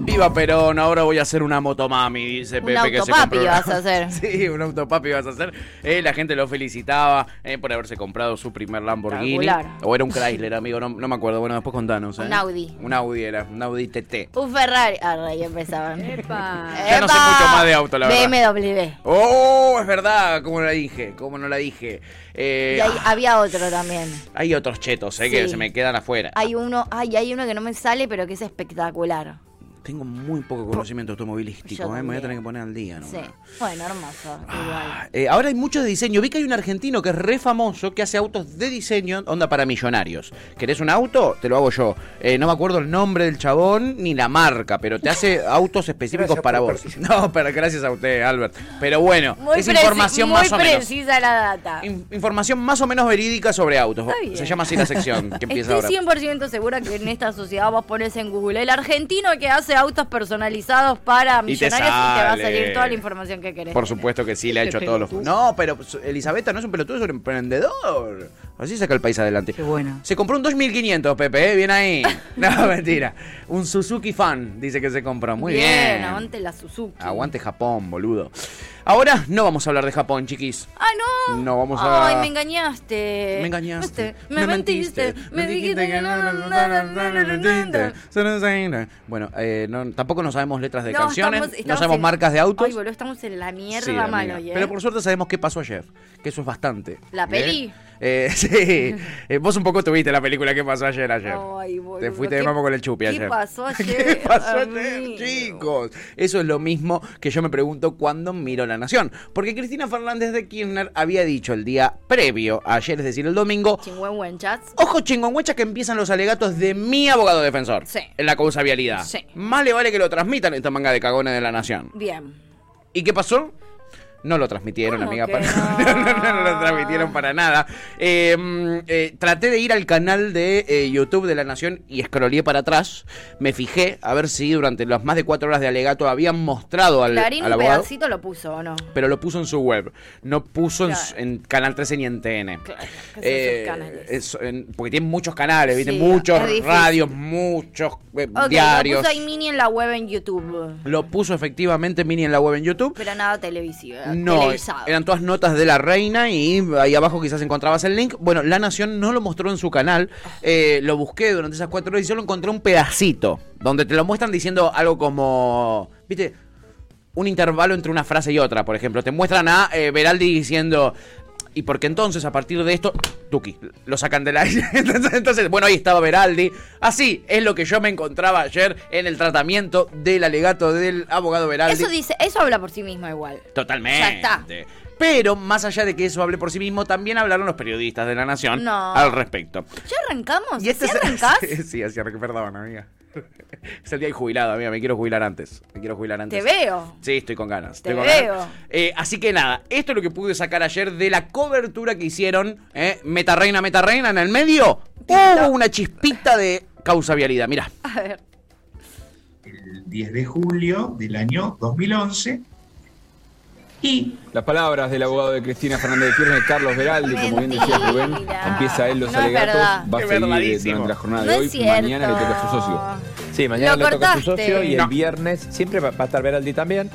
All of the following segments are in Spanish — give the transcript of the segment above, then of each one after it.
Viva Perón, ahora voy a hacer una motomami, dice Pepe. Un que se autopapi compró una- vas a hacer. sí, un autopapi vas a hacer. Eh, la gente lo felicitaba eh, por haberse comprado su primer Lamborghini. Espectacular. O era un Chrysler, amigo, no, no me acuerdo. Bueno, después contanos. eh. Un Audi. Un Audi era, un Audi TT. Un Ferrari. Ah, ya empezaban. Ya no sé ¡Epa! mucho más de auto, la verdad. BMW. ¡Oh! Es verdad, como no la dije, como no la dije. Eh, Y ahí ah, había otro también. hay otros chetos, eh, que Sí. se me quedan afuera. Hay uno, ay, hay uno que no me sale, pero que es espectacular. Tengo muy poco conocimiento automovilístico, Yo eh, me voy también. a tener que poner al día, ¿no? Sí. Bueno, hermoso. Igual. Ah, eh, ahora hay muchos de diseño. Vi que hay un argentino que es re famoso que hace autos de diseño, onda para millonarios. ¿Querés un auto? Te lo hago yo. Eh, no me acuerdo el nombre del chabón ni la marca, pero te hace autos específicos Gracias para por vos. No, pero gracias a usted, Albert. Pero bueno, es información más o menos. precisa la data. In- información más o menos verídica sobre autos. Está bien. Se llama así la sección que empieza Estoy ahora. 100% segura que en esta sociedad vos pones en Google el argentino que hace autos personalizados para te millonarios y te va a sale. salir toda la información que querés. Por supuesto que sí, le ha hecho a todos los. No, pero su- Elisabetta no es un pelotudo, es un emprendedor. Así saca el país adelante. Qué bueno. Se compró un 2500, Pepe, ¿eh? bien ahí. No, mentira. Un Suzuki fan, dice que se compró. Muy bien. aguante la Suzuki. Aguante Japón, boludo. Ahora no vamos a hablar de Japón, chiquis. Ah, no. No, vamos a- Ay, me engañaste. Me engañaste. Viste, Me, mentiste. Me dijiste que no, no, no, no, no, no, no, no. Bueno, eh, no- tampoco no sabemos letras de No, canciones, estamos- no estamos sabemos en- marcas de autos. Ay, boludo, estamos en la mierda Sí, mal amiga. hoy, ¿eh? Pero por suerte sabemos qué pasó ayer, que eso es bastante. ¿La ¿Eh? peli? Eh, sí, Eh, vos un poco tuviste la película que pasó ayer, ayer. Ay, boludo, Te fuiste ¿qué- de mamo con el chupi qué ayer. pasó ¿Qué ayer, pasó ayer, amigo? chicos? Eso es lo mismo que yo me pregunto cuando miro La Nación. Porque Cristina Fernández de Kirchner había dicho el día previo, ayer, es decir, el domingo, Chingüengüenchas. Ojo chingüengüecha que empiezan los alegatos de mi abogado defensor. Sí. En la causa vialidad. Sí. Más le vale que lo transmitan esta manga de cagones de la nación. Bien. ¿Y qué pasó? No lo transmitieron, ¿Cómo amiga. que para- No? no, no, no lo transmitieron para nada. Eh, mm, eh, traté de ir al canal de eh, YouTube de La Nación y escroleé para atrás. Me fijé a ver si durante las más de cuatro horas de alegato habían mostrado al, Clarín un al abogado. pedacito lo puso, ¿o no? Pero lo puso en su web. No puso en, Claro. su- en Canal 13 ni en TN. Claro, que son sus Eh, canales. es- en- porque tienen muchos canales, ¿viste? Sí, muchos es difícil. radios, muchos eh, Ok, diarios. lo puso ahí mini en la web en YouTube. Lo puso efectivamente Mini en la web en YouTube. Pero nada televisivo. No, televisado. eran todas notas de la reina y ahí abajo quizás encontrabas el link. Bueno, La Nación no lo mostró en su canal. Eh, lo busqué durante esas cuatro horas y solo encontré un pedacito donde te lo muestran diciendo algo como. ¿Viste? Un intervalo entre una frase y otra, por ejemplo. Te muestran a eh, Veraldi diciendo. Y porque entonces, a partir de esto, Tuki, lo sacan del aire. Entonces, entonces, bueno, ahí estaba Veraldi. Así es lo que yo me encontraba ayer en el tratamiento del alegato del abogado Veraldi. Eso dice, eso habla por sí mismo igual. Totalmente. Ya está. Pero más allá de que eso hable por sí mismo, también hablaron los periodistas de la Nación No. al respecto. ¿Ya arrancamos? este ¿Sí es- arrancás? Sí, sí, así arranqué, perdón, amiga. Es el día del jubilado, amiga, me quiero jubilar antes. Me quiero jubilar antes. Te veo. Sí, estoy con ganas. Te estoy con veo. ganas. Eh, así que nada, esto es lo que pude sacar ayer de la cobertura que hicieron eh, Meta Reina, Meta Reina en el medio. Hubo una chispita de causavialidad, mirá. A ver. el 10 de julio del año 2011 y Las palabras del abogado de Cristina Fernández de Kirchner, Carlos Veraldi, como bien decía Rubén, Mentira. empieza él los No es alegatos, verdad. va a Es seguir eh, verdadísimo. durante la jornada No de hoy, es cierto. mañana le toca a su socio. Sí, Lo mañana le toca a su cortaste. socio y el No. viernes, siempre va, va a estar Veraldi también,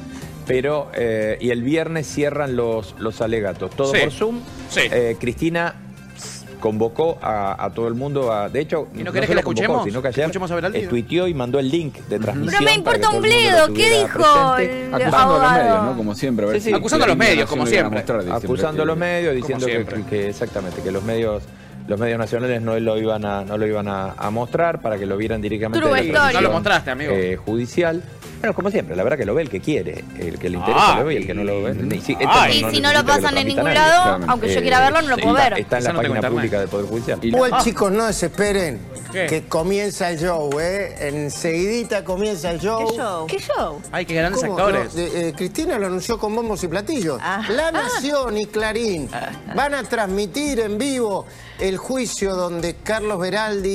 pero eh, y el viernes cierran los, los alegatos. Todo Sí. por Zoom. Sí. Eh, Cristina s- convocó a, a todo el mundo a. De hecho, ¿Y no querés que solo la convocó, escuchemos? sino que ayer Escuchemos a Veraldi. eh, tuiteó y mandó el link de transmisión. Pero me importa para que un todo el mundo lo bledo, ¿qué tuviera dijo presente. el Acusando a los abogado? medios, ¿no? Como siempre. A ver Sí, sí. si- Acusando a los medios, como siempre. este acusando a los medios, diciendo que, siempre. que exactamente que los medios los medios nacionales no lo iban a no lo iban a, a mostrar para que lo vieran directamente True de la story. transmisión, No lo mostraste, amigo. eh, judicial. Bueno, como siempre, la verdad que lo ve el que quiere, el que le Ah, interesa lo ve y el que no lo ve. Y si, esto Ay. Y No, si necesita no que lo pasan en transmita ningún nadie. lado, claramente. aunque yo Eh, quiera verlo, no lo sí, puedo está- ver. Está en Quizá la no tengo página internet. pública del Poder Judicial. Y- Igual, Ah. chicos, no desesperen. ¿Qué? Que comienza el show, ¿eh? Enseguidita comienza el show. ¿Qué show? Ay, qué grandes ¿Cómo? actores. No, de- eh, Cristina lo anunció con bombos y platillos. Ah. La Nación y Clarín van a transmitir en vivo el juicio donde Carlos Beraldi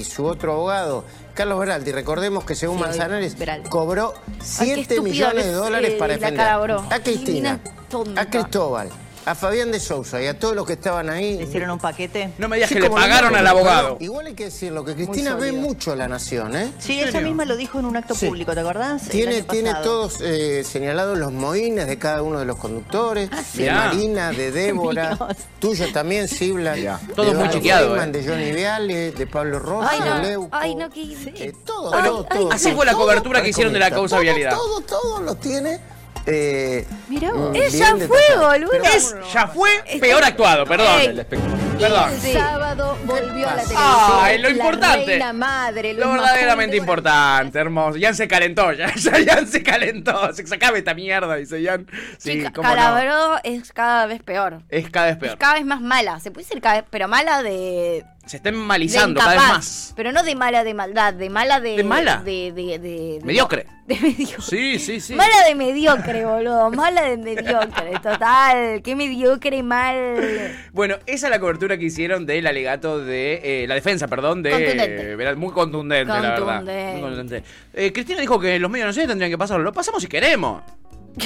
y su otro abogado, Carlos Beraldi, recordemos que según Sí, hoy, Manzanares Beraldi. cobró Ay, qué 7 estúpido millones que de es, dólares eh, para la defender calabró. a Cristina, Divina tonta. a Cristóbal, a Fabián de Sousa y a todos los que estaban ahí. Le hicieron un paquete. No me digas Sí, que le como pagaron dijo- al abogado. Igual hay que decirlo, que Cristina ve sólido. mucho a la nación, ¿eh? Sí, ella misma lo dijo en un acto Sí. público, ¿te acordás? El Tiene, año tiene pasado. todos eh, señalados los moines de cada uno de los conductores, Ah, de mirá. Marina, de Débora, Dios. tuyo también, Sibla, Mirá. de Todo muy Eduardo chequeado, Feynman, eh. de Johnny Viale, de Pablo Rosa, Ay, de no, Leuco, ay, no, que... eh, todo, Ay, todo, ay, todo. Así fue la Todo cobertura que hicieron de la causa recomienda. Todo, vialidad. Todo, todo lo tiene. eh, Mirá mm, vos. bien Ella fue, detallado. boludo. Es, ya fue peor actuado, El perdón. espectáculo. Perdón. Sí. sábado volvió a la televisión. Ay, lo la importante. reina madre. Lo Luis verdaderamente Majul. importante, hermoso. Jan se calentó, ya, ya Jan se calentó. Se sacaba esta mierda, dice Jan. Sí, Chica, cómo no. Calabró es cada vez peor. Es cada vez Es peor. cada vez más mala. Se puede ser cada vez, pero mala de. Se está de malizando cada vez incapaz. más. Pero no de mala de maldad, de mala de. ¿De mala? De, de- de- de- Mediocre. De mediocre. Sí, sí, sí. Mala de mediocre, boludo. Mala de mediocre, total. Qué mediocre, mal. Bueno, esa es la cobertura que hicieron del alegato de. eh, la defensa, perdón, de. Contundente. eh, Veral- muy contundente, la verdad. Contundente. Muy contundente. Eh, Cristina dijo que los medios nacionales tendrían que pasarlo. Lo pasamos si queremos.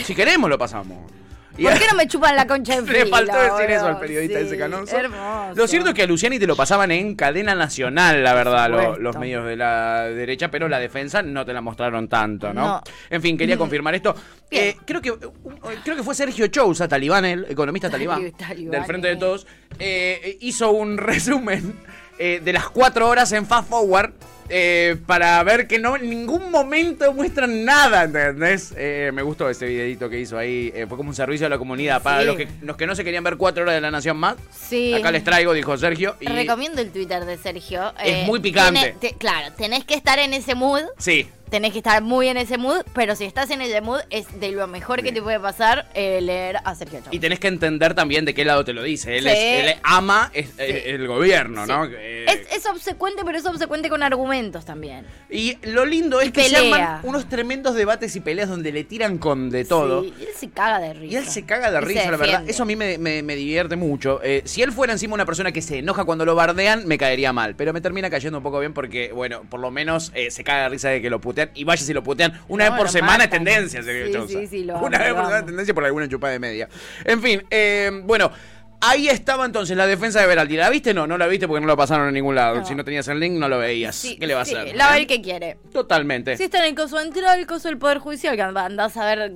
Si queremos, lo pasamos. Y- ¿Por qué no me chupan la concha de Le faltó fila, decir eso boludo? al periodista Sí, ese canoso. Hermoso. Lo cierto es que a Luciani te lo pasaban en cadena nacional, la verdad, lo- supuesto. los medios de la derecha, pero la defensa no te la mostraron tanto, ¿no? No. Mm. En fin, quería confirmar esto. Bien. Eh, creo, que, creo que fue Sergio Chousa, talibán, el economista talibán, talibán, del Frente eh. de Todos, eh, hizo un resumen eh, de las cuatro horas en Fast Forward. eh, para ver que no en ningún momento muestran nada, ¿entendés? Eh, me gustó ese videito que hizo ahí. eh, fue como un servicio a la comunidad. Para Sí. los que, los que no se querían ver cuatro horas de la Nación más, Sí. acá les traigo, dijo Sergio. Y... Recomiendo el Twitter de Sergio. eh, Es muy picante. tiene- te- claro, tenés que estar en ese mood. Sí, Tenés que estar muy en ese mood, pero si estás en ese mood, es de lo mejor que te puede pasar eh, leer a Sergio Chau. y tenés que entender también de qué lado te lo dice. Él, Sí. es- él ama es- eh, el, gobierno, Sí. ¿no? Eh, es, es obsecuente, pero es obsecuente con argumentos también. Y lo lindo es Y que se pelea. arman unos tremendos debates y peleas donde le tiran con de todo. Sí, y él se caga de risa. Y él se caga de Y se risa, la verdad. defiende. Eso a mí me, me- me divierte mucho. Eh, si él fuera encima una persona que se enoja cuando lo bardean, me caería mal. Pero me termina cayendo un poco bien porque, bueno, por lo menos eh, se caga de risa de que lo putean. Y vaya si lo putean. Una No, vez por lo semana es matan. tendencia, Sergio Sí, Chauza. sí, sí, lo Una amo, lo vez por semana es amo. tendencia por alguna chupada de media. En fin, eh, bueno. Ahí estaba entonces la defensa de Veraldi. ¿La viste? No, no la viste porque no la pasaron en ningún lado. No. Si no tenías el link, no lo veías. Sí, ¿Qué le va a sí, hacer? La va a eh? ver que quiere. Totalmente. Si está en el coso, entra el coso del Poder Judicial, que andás a ver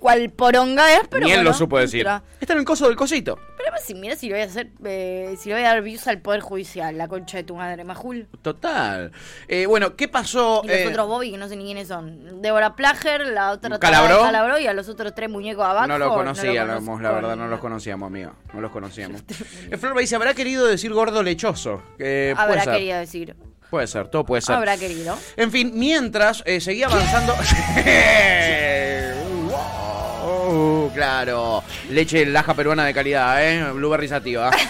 cuál poronga es, pero Ni él bueno, lo supo decir. entra. Está en el coso del cosito. Pero además, si mira si le voy a hacer, eh, si le voy a dar views al Poder Judicial, la concha de tu madre, Majul. Total. Eh, bueno, ¿qué pasó? Y los Eh, otros Bobby, que no sé ni quiénes son. Débora Plager, la otra ¿Calabró? tarada Calabró y a los otros tres muñecos abajo. No lo conocíamos, conozco la verdad, no ni- los conocíamos, amigo. No los conocíamos. Eh, Flor me dice, ¿habrá querido decir gordo lechoso? Eh, puede Habrá ser. querido decir. Puede ser, todo puede ser. Habrá querido. En fin, mientras eh, seguía avanzando. Wow, Uh, claro. Leche laja peruana de calidad, ¿eh? Blueberry sativa.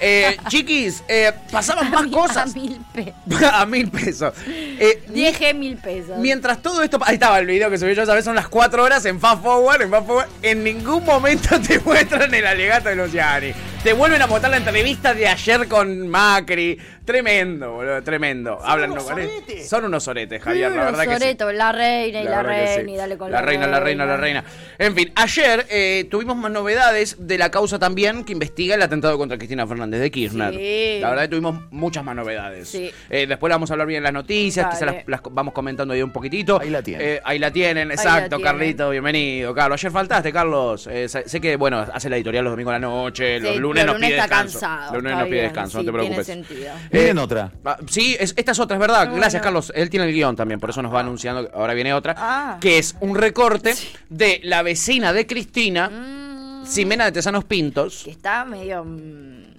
Eh, chiquis, eh, pasaban más cosas. A mil pesos. A mil pesos. Eh, 10 G, mil pesos. Mientras todo esto. Ahí estaba el video que subí yo esa vez, son las 4 horas en Fast Forward, en Fast Forward. En ningún momento te muestran el alegato de Luciani. Te vuelven a mostrar la entrevista de ayer con Macri. Tremendo, boludo, tremendo. Hablan unos oretes. Son unos oretes, Javier, la verdad que sí. Soreto, la reina y Eh, la, verdad que sí. reina, y dale con la la, reina, la reina, la reina. En fin, ayer eh, tuvimos más novedades de la causa también que investiga el atentado contra Cristina Fernández de Kirchner. Sí. La verdad que tuvimos muchas más novedades. Sí. Eh, después la vamos a hablar bien en las noticias, Dale. quizás las, las vamos comentando ahí un poquitito. Ahí la tienen. Eh, ahí la tienen, la exacto, tienen. Carlito, bienvenido. Carlos, ayer faltaste, Carlos. Eh, sé sé que, bueno, hace la editorial los domingos a la noche, los Sí, lunes los nos pide lunes está descanso. cansado, los lunes está nos pide bien, descanso, sí, no te tiene preocupes. sentido. Eh, Miren otra. Ah, Sí, es- esta es otra, es verdad. Gracias, bueno. Carlos. Él tiene el guión también, por eso nos va anunciando. que Ahora viene otra. Ah. Que es un recorte de la vecina de Cristina, Mm. Ximena de Tesanos Pintos. Que está medio. mm,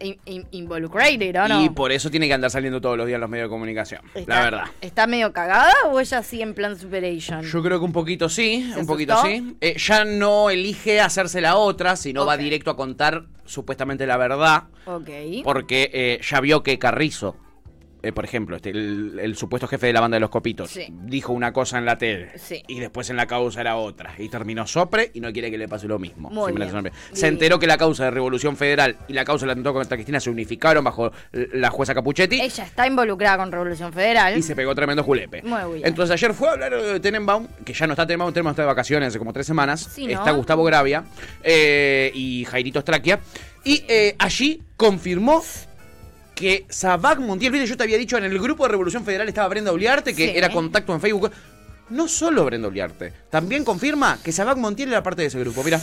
in- in- involucrated, ¿o no? Y por eso tiene que andar saliendo todos los días en los medios de comunicación. Está- la verdad. ¿Está medio cagada o ella sí en plan superation? Yo creo que un poquito sí, ¿Se un poquito asustó? sí. Eh, ya no elige hacerse la otra, sino va Ok. directo a contar supuestamente la verdad. Ok. Porque eh, ya vio que Carrizo eh, por ejemplo, este, el, el supuesto jefe de la banda de los copitos Sí. dijo una cosa en la tele Sí. y después en la causa era otra y terminó sopre y no quiere que le pase lo mismo. Muy Siempre la bien. sombra. Se enteró que la causa de Revolución Federal y la causa del atentado contra Cristina se unificaron bajo eh, la jueza Capuchetti. Ella está involucrada con Revolución Federal. Y se pegó tremendo julepe. Muy bien. Entonces ayer fue a hablar de Tenenbaum, que ya no está Tenenbaum, Tenenbaum está de vacaciones hace como tres semanas. Sí, ¿no? Está Gustavo Gravia eh, y Jairito Straquia. Y eh, allí confirmó que Sabac Montiel, viste, yo te había dicho en el grupo de Revolución Federal estaba Brenda Uliarte, que Sí. era contacto en Facebook. No solo Brenda Uliarte, también confirma que Sabac Montiel era parte de ese grupo, mira.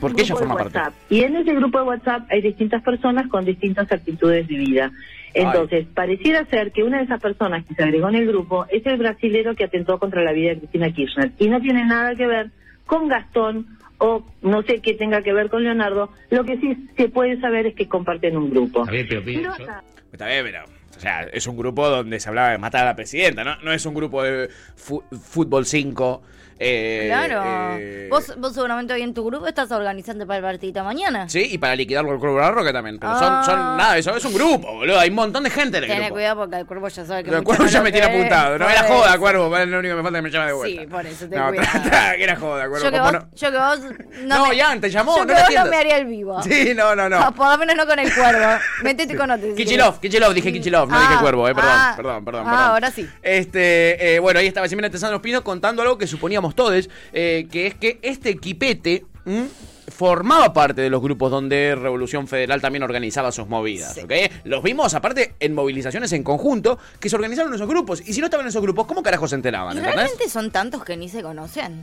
Porque ella forma parte. Y en ese grupo de WhatsApp hay distintas personas con distintas actitudes de vida. Entonces, pareciera ser que una de esas personas que se agregó en el grupo es el brasilero que atentó contra la vida de Cristina Kirchner. Y no tiene nada que ver con Gastón o no sé qué tenga que ver con Leonardo. Lo que sí se puede saber es que comparten un grupo. No, Está bien, Pues pero. O sea, es un grupo donde se hablaba de matar a la presidenta, ¿no? No es un grupo de fu- fútbol 5. eh, Claro. eh, vos, vos seguramente hoy en tu grupo estás organizando para el partidito mañana. Sí, y para liquidarlo el Club de la Roca también. Pero son, Ah. son nada, eso es un grupo, boludo. Hay un montón de gente en el Tené grupo. cuidado porque el cuervo ya sabe que Pero mucho Cuervo no ya lo me tiene querés, apuntado. No, por era eso. joda, Cuervo. vale, lo único que me falta es que me llame de vuelta. Sí, por eso, ten No, cuidado. que era joda, Cuervo. Yo que, Vos vos, no- yo que vos. No, ya, te llamó, Yo que no me vos atiendas. no me haría el vivo. Sí, no, no, Ah, no. por lo menos no con el cuervo. Métete con otro. si Kichilov, querés. Kichilov, dije Kichilov, no Ah, dije cuervo, eh, perdón, ah, perdón, perdón, ah, perdón. ahora sí. Este, eh, bueno, ahí estaba Ximena Tezano Pino contando algo que suponíamos todos, eh, que es que este equipete ¿m? formaba parte de los grupos donde Revolución Federal también organizaba sus movidas, ¿ok? Los vimos, aparte, en movilizaciones en conjunto, que se organizaron esos grupos. Y si no estaban en esos grupos, ¿cómo carajo se enteraban? Y ¿entendés? realmente son tantos que ni se conocen.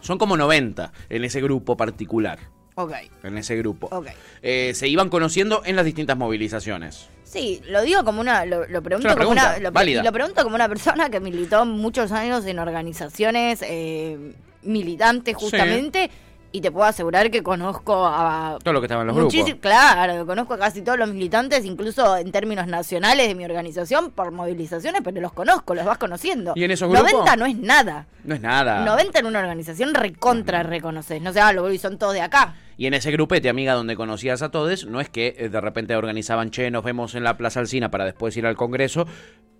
Son como 90 en ese grupo particular, Ok. en ese grupo. Ok. Eh, se iban conociendo en las distintas movilizaciones. Sí, lo digo como una. Lo, lo pregunto Es una como pregunta, una. Lo, válida. lo pregunto como una persona que militó muchos años en organizaciones eh, militantes, justamente. Y te puedo asegurar que conozco a. Todo lo que estaba en los muchis- grupos. Claro, conozco a casi todos los militantes, incluso en términos nacionales de mi organización, por movilizaciones, pero los conozco, los vas conociendo. ¿Y en esos 90 grupos? Ah. no es nada. No es nada. 90 en una organización recontra reconoces. No sé, ah, lo y son todos de acá. Y en ese grupete, amiga, donde conocías a todos, no es que eh, de repente organizaban, che, nos vemos en la Plaza Alcina para después ir al Congreso,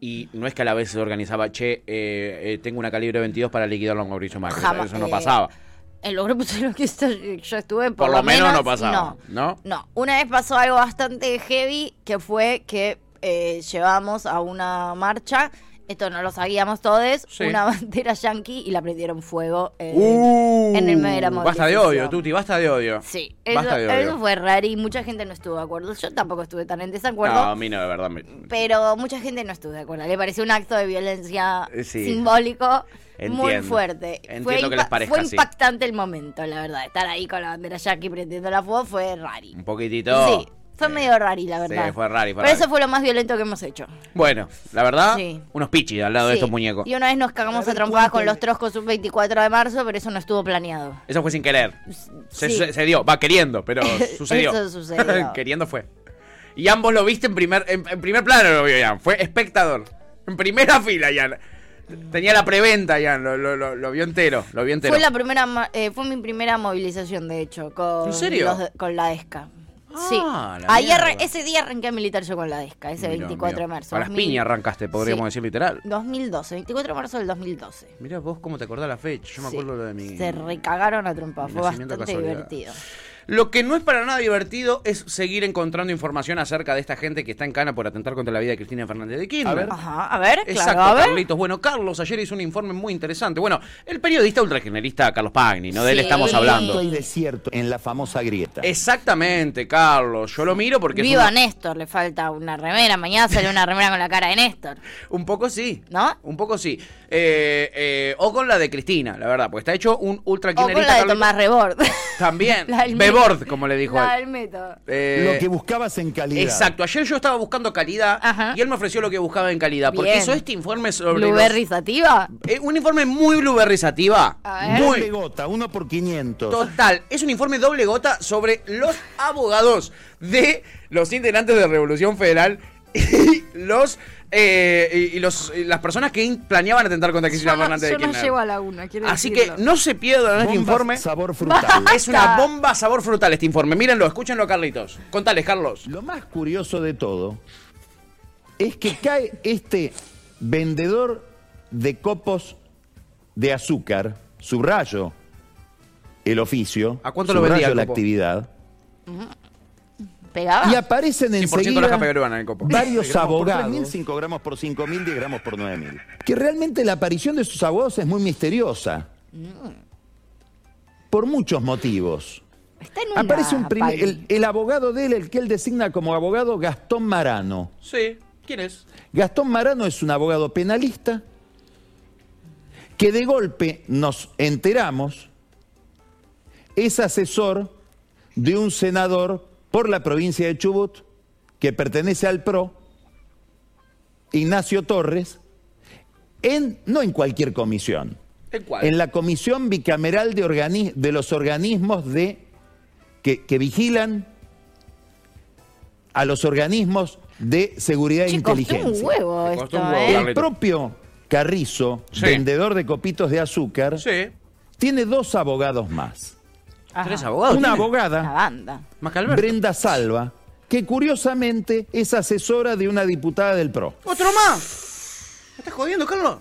y no es que a la vez se organizaba, che, eh, eh, tengo una calibre 22 para liquidarlo a Mauricio Macri. Jamás, Eso no eh, pasaba. En los grupos en los que esto- yo estuve, por, Por lo menos no pasaba, ¿no? No. Una vez pasó algo bastante heavy que fue que eh, llevamos a una marcha, esto no lo sabíamos todos, Sí. una bandera yanqui y la prendieron fuego en, Uh, Eh, en el medio de la movilización. Basta de odio, Tuti, basta de odio. Sí, eso, Basta de odio. eso fue raro y mucha gente no estuvo de acuerdo. Yo tampoco estuve tan en desacuerdo. No, a mí no, de verdad. me- Pero mucha gente no estuvo de acuerdo. Le pareció un acto de violencia Eh, sí. simbólico muy Entiendo. fuerte. Entiendo fue, que impa- les parezca fue así. impactante el momento, la verdad. Estar ahí con la bandera yaqui prendiendo la fuego fue rari. Un poquitito. Sí, fue Eh, medio rari, la verdad. Sí, fue rari, fue Pero rari. eso fue lo más violento que hemos hecho. Bueno, la verdad, Sí. unos pichis al lado de Sí. estos muñecos. Y una vez nos cagamos a, trompadas con los troscos un 24 de marzo, pero eso no estuvo planeado. Eso fue sin querer. Se, sí. se- se dio, va queriendo, pero sucedió. Eso sucedió. queriendo fue. Y ambos lo viste en primer, en, en primer plano, lo vio Jan. Fue espectador. En primera fila, Jan. Tenía la preventa, Jan. Lo, lo- lo- lo vio entero. Lo vio entero. Fue la primera, ma- eh, fue mi primera movilización, de hecho, con, ¿En serio? los de- con la ESCA. Ah, sí. la Ahí mierda. arran- ese día arranqué a militar yo con la ESCA, ese Mirá, 24 de mirá. marzo. A las 2000. piñas arrancaste, podríamos Sí. decir literal. 2012, 24 de marzo del 2012. Mirá vos cómo te acordás la fecha. Yo me Sí. acuerdo lo de mi. Se recagaron a trompa, mi fue nacimiento bastante casualidad. divertido. Lo que no es para nada divertido es seguir encontrando información acerca de esta gente que está en cana por atentar contra la vida de Cristina Fernández de Kirchner. Ajá, a ver, Exacto, claro, a ver. Carlitos. Bueno, Carlos ayer hizo un informe muy interesante. Bueno, el periodista ultragenerista Carlos Pagni, ¿no? De él Sí. estamos hablando. El desierto en la famosa grieta. Exactamente, Carlos. Yo lo miro porque es Viva una- Néstor, le falta una remera. Mañana sale una remera con la cara de Néstor. un poco sí. ¿No? Un poco sí. Eh, eh, o con la de Cristina, la verdad, porque está hecho un O con ultragenerista. la de Carlitos. Tomás Rebord. También. La del Bebord, Meto. como le dijo La él. del Meto. Este, Eh, buscabas en calidad. Exacto, ayer yo estaba buscando calidad Ajá. y él me ofreció lo que buscaba en calidad, porque Bien. hizo este informe sobre los- Blueberry Sativa. Eh, un informe muy blueberrizativa, A ver. muy gota, uno por 500. Total, es un informe doble gota sobre los abogados de los integrantes de Revolución Federal y los eh, y, y los y las personas que in- planeaban atentar contra Cristina Fernández de Kirchner. la una, quiero Así que no se pierdan este informe. Sabor frutal. Es una bomba sabor frutal este informe. Mírenlo, escúchenlo, Carlitos. Contales, Carlos. Lo más curioso de todo es que cae este vendedor de copos de azúcar, subrayo el oficio, ¿A cuánto lo subrayo vendía el la copo? Ah, actividad, Pegaba. y aparecen 100% enseguida la capa urbana en el copo. varios Gramos por abogados 3.000, 5 gramos por 5.000, 10 gramos por 9.000. Que realmente la aparición de sus abogados es muy misteriosa. Mm. Por muchos motivos. Está en una Aparece un prim- pali. el, e el abogado de él, el que él designa como abogado Gastón Marano. Sí. ¿Quién es? Gastón Marano es un abogado penalista que de golpe nos enteramos es asesor de un senador por la provincia de Chubut que pertenece al PRO, Ignacio Torres, en, no en cualquier comisión, ¿En cuál? en la Comisión Bicameral de, Organi- de los Organismos de, que, que vigilan a los organismos de seguridad e Che, costó inteligencia. un huevo Te esto, costó un huevo, ¿eh? El propio Carrizo, Sí. vendedor de copitos de azúcar, Sí. tiene dos abogados más. Ajá. Tres abogados. Una tiene. Una abogada, banda. Más que Alberto. Brenda Salva, que curiosamente es asesora de una diputada del PRO. ¡Otro más! ¿Me estás jodiendo, Carlos?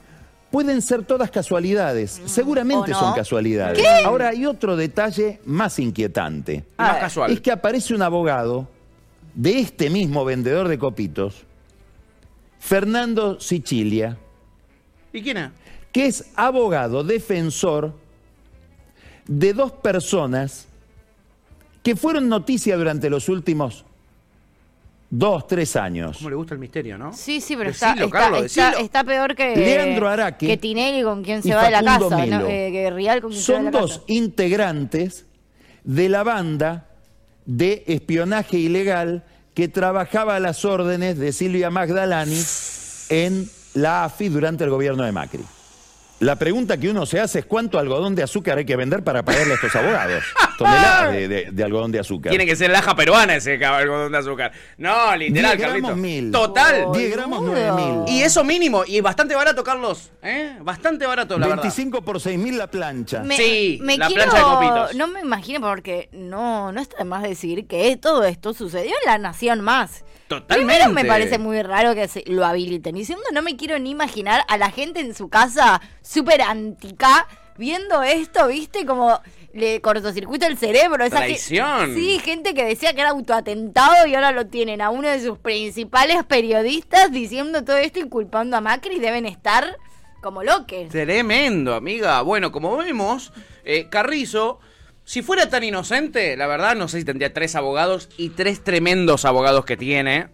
Pueden ser todas casualidades, seguramente Mm, ¿O no? son casualidades. Ahora hay otro detalle más inquietante. Y más casual. Es que aparece un abogado de este mismo vendedor de copitos, Fernando Sicilia, ¿Y quién es? que es abogado defensor de dos personas que fueron noticia durante los últimos dos, tres años. ¿Cómo le gusta el misterio, no? Sí, sí, pero Decilo, está, está, Carlos, está- decilo. está peor que Leandro Araque que Tinelli con quien y se va de la Facundo casa, ¿no? Melo. que, que Rial con quien se va Son de la dos casa. integrantes de la banda de espionaje ilegal que trabajaba a las órdenes de Silvia Magdalani en la AFI durante el gobierno de Macri. La pregunta que uno se hace es cuánto algodón de azúcar hay que vender para pagarle a estos abogados. Toneladas de, de- de algodón de azúcar. Tiene que ser laja peruana ese cabalgón de azúcar. No, literal, 10 gramos Carlito. mil. Total. 10 gramos 9.000. Y eso mínimo, y bastante barato, Carlos. ¿Eh? Bastante barato, la verdad. 25 por 6.000 la plancha. Me, Sí, me la quiero, plancha de copitos. No me imagino porque no, no está de más decir que todo esto sucedió en la Nación Más. Totalmente. Primero me parece muy raro que se lo habiliten. Y segundo, no me quiero ni imaginar a la gente en su casa súper antica viendo esto, ¿viste? Como le cortocircuita el cerebro. Esa ge- Traición. sí, gente que decía que era autoatentado y ahora lo tienen a uno de sus principales periodistas diciendo todo esto y culpando a Macri. Deben estar como loques. Tremendo, amiga. Bueno, como vemos, eh, Carrizo, si fuera tan inocente, la verdad, no sé si tendría tres abogados y tres tremendos abogados que tiene.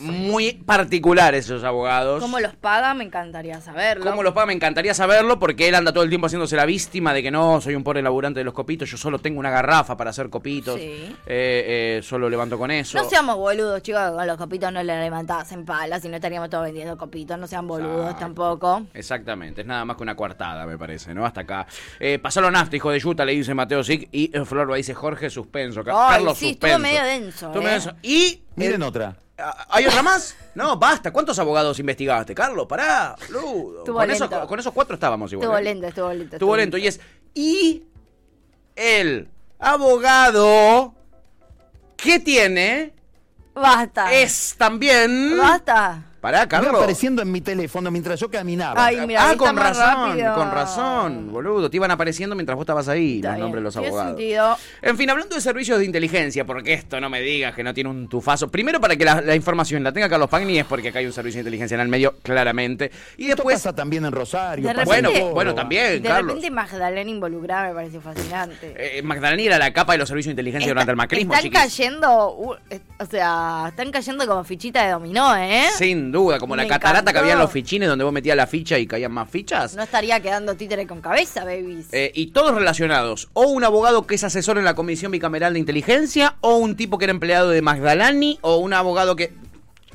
Muy particulares esos abogados. ¿Cómo los paga? Me encantaría saberlo. ¿Cómo los paga? Me encantaría saberlo porque él anda todo el tiempo haciéndose la víctima de que no, soy un pobre laburante de los copitos, yo solo tengo una garrafa para hacer copitos, Sí. eh, eh, solo levanto con eso. No seamos boludos, chicos, con los copitos no le levantabas en palas y no estaríamos todos vendiendo copitos, no sean boludos Exacto. tampoco. Exactamente, es nada más que una coartada, me parece, ¿no? Hasta acá. Eh, pasó lo nafta, hijo de yuta, le dice Mateo Sic y eh, Flor lo dice Jorge Suspenso. Ca- Ay, Carlos sí, estuvo Suspenso. medio denso, Estuvo ¿eh? medio denso. Y. Miren eh, otra. ah, ¿Hay otra más? No, basta. ¿Cuántos abogados investigaste, Carlos? Pará, boludo. Estuvo Con, esos, lento. con esos cuatro estábamos igual. Estuvo ¿eh? lento, estuvo lento. Estuvo lento. Y es. Y. El abogado. que tiene? Basta. Es también. Basta. Pará, Iba Carlos. apareciendo en mi teléfono mientras yo caminaba. Ay, mira, ahí ah, está con más razón, rápido. con razón, boludo. Te iban apareciendo mientras vos estabas ahí, Está los bien, nombres de los tiene abogados. sentido. En fin, hablando de servicios de inteligencia, porque esto no me digas que no tiene un tufazo. Primero, para que la, la información la tenga Carlos Pagni, es porque acá hay un servicio de inteligencia en el medio, claramente. Y Esto después. pasa también en Rosario. De pasa en Bueno, repente- bueno, De también, Carlos. repente Magdalena involucrada me pareció fascinante. Eh, Magdalena era la capa de los servicios de inteligencia durante el macrismo, están chiquis. cayendo, uh, eh, o sea, están cayendo como fichita de dominó, ¿eh? Sin duda, como la Me catarata que había en encantó. los fichines donde vos metías la ficha y caían más fichas. No estaría quedando títere con cabeza, babies. Eh, y todos relacionados. O un abogado que es asesor en la Comisión Bicameral de Inteligencia, o un tipo que era empleado de Magdalani, o un abogado que...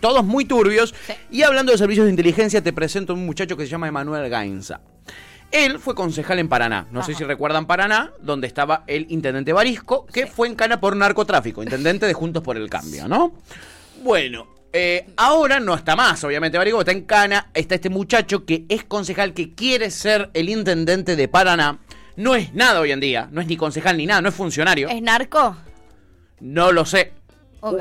Todos muy turbios. Y hablando de servicios de inteligencia, te presento a un muchacho que se llama Emanuel Gainza. Él fue concejal en Paraná. No sé si recuerdan Paraná, donde estaba el intendente Barisco, que fue en cana por narcotráfico, intendente de Juntos por el Cambio, ¿no? Bueno, eh, ahora no está más, obviamente, Barisco está en cana. Está este muchacho que es concejal, que quiere ser el intendente de Paraná. No es nada hoy en día, Eh. no es ni concejal ni nada, no es funcionario. ¿Es narco? No lo sé. Ok.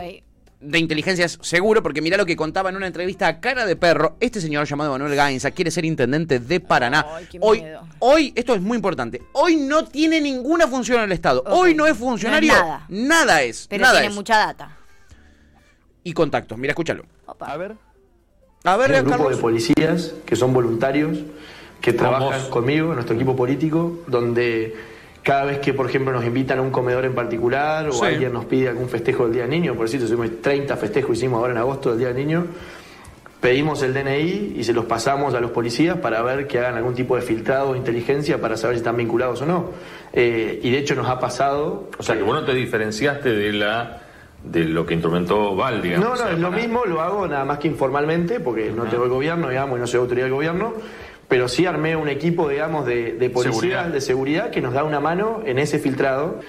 de inteligencias seguro, porque mirá lo que contaba en una entrevista a Cara de Perro. Este señor llamado Manuel Gainza quiere ser intendente de Paraná. hoy, hoy, esto es muy importante, hoy no tiene ninguna función en el Estado. Hoy no es funcionario. nada. nada es. Pero nada tiene es. mucha data. Y contactos. Mira, escúchalo. A ver. A ver, un grupo Carlos. de policías que son voluntarios, que trabajan vos. conmigo, en nuestro equipo político, donde cada vez que, por ejemplo, nos invitan a un comedor en particular o Sí. alguien nos pide algún festejo del Día del Niño, por decirte, hicimos 30 festejos hicimos ahora en agosto del Día del Niño, pedimos el DNI y se los pasamos a los policías para ver que hagan algún tipo de filtrado o inteligencia para saber si están vinculados o no. Eh, y de hecho nos ha pasado O sea, que vos no te diferenciaste de la de lo que instrumentó Val, digamos. No, O no, sea, es lo para- mismo, lo hago nada más que informalmente, porque no tengo el gobierno, digamos, y no soy autoridad del gobierno, pero sí armé un equipo, digamos, de, de policías, Seguridad. de seguridad, que nos da una mano en ese filtrado.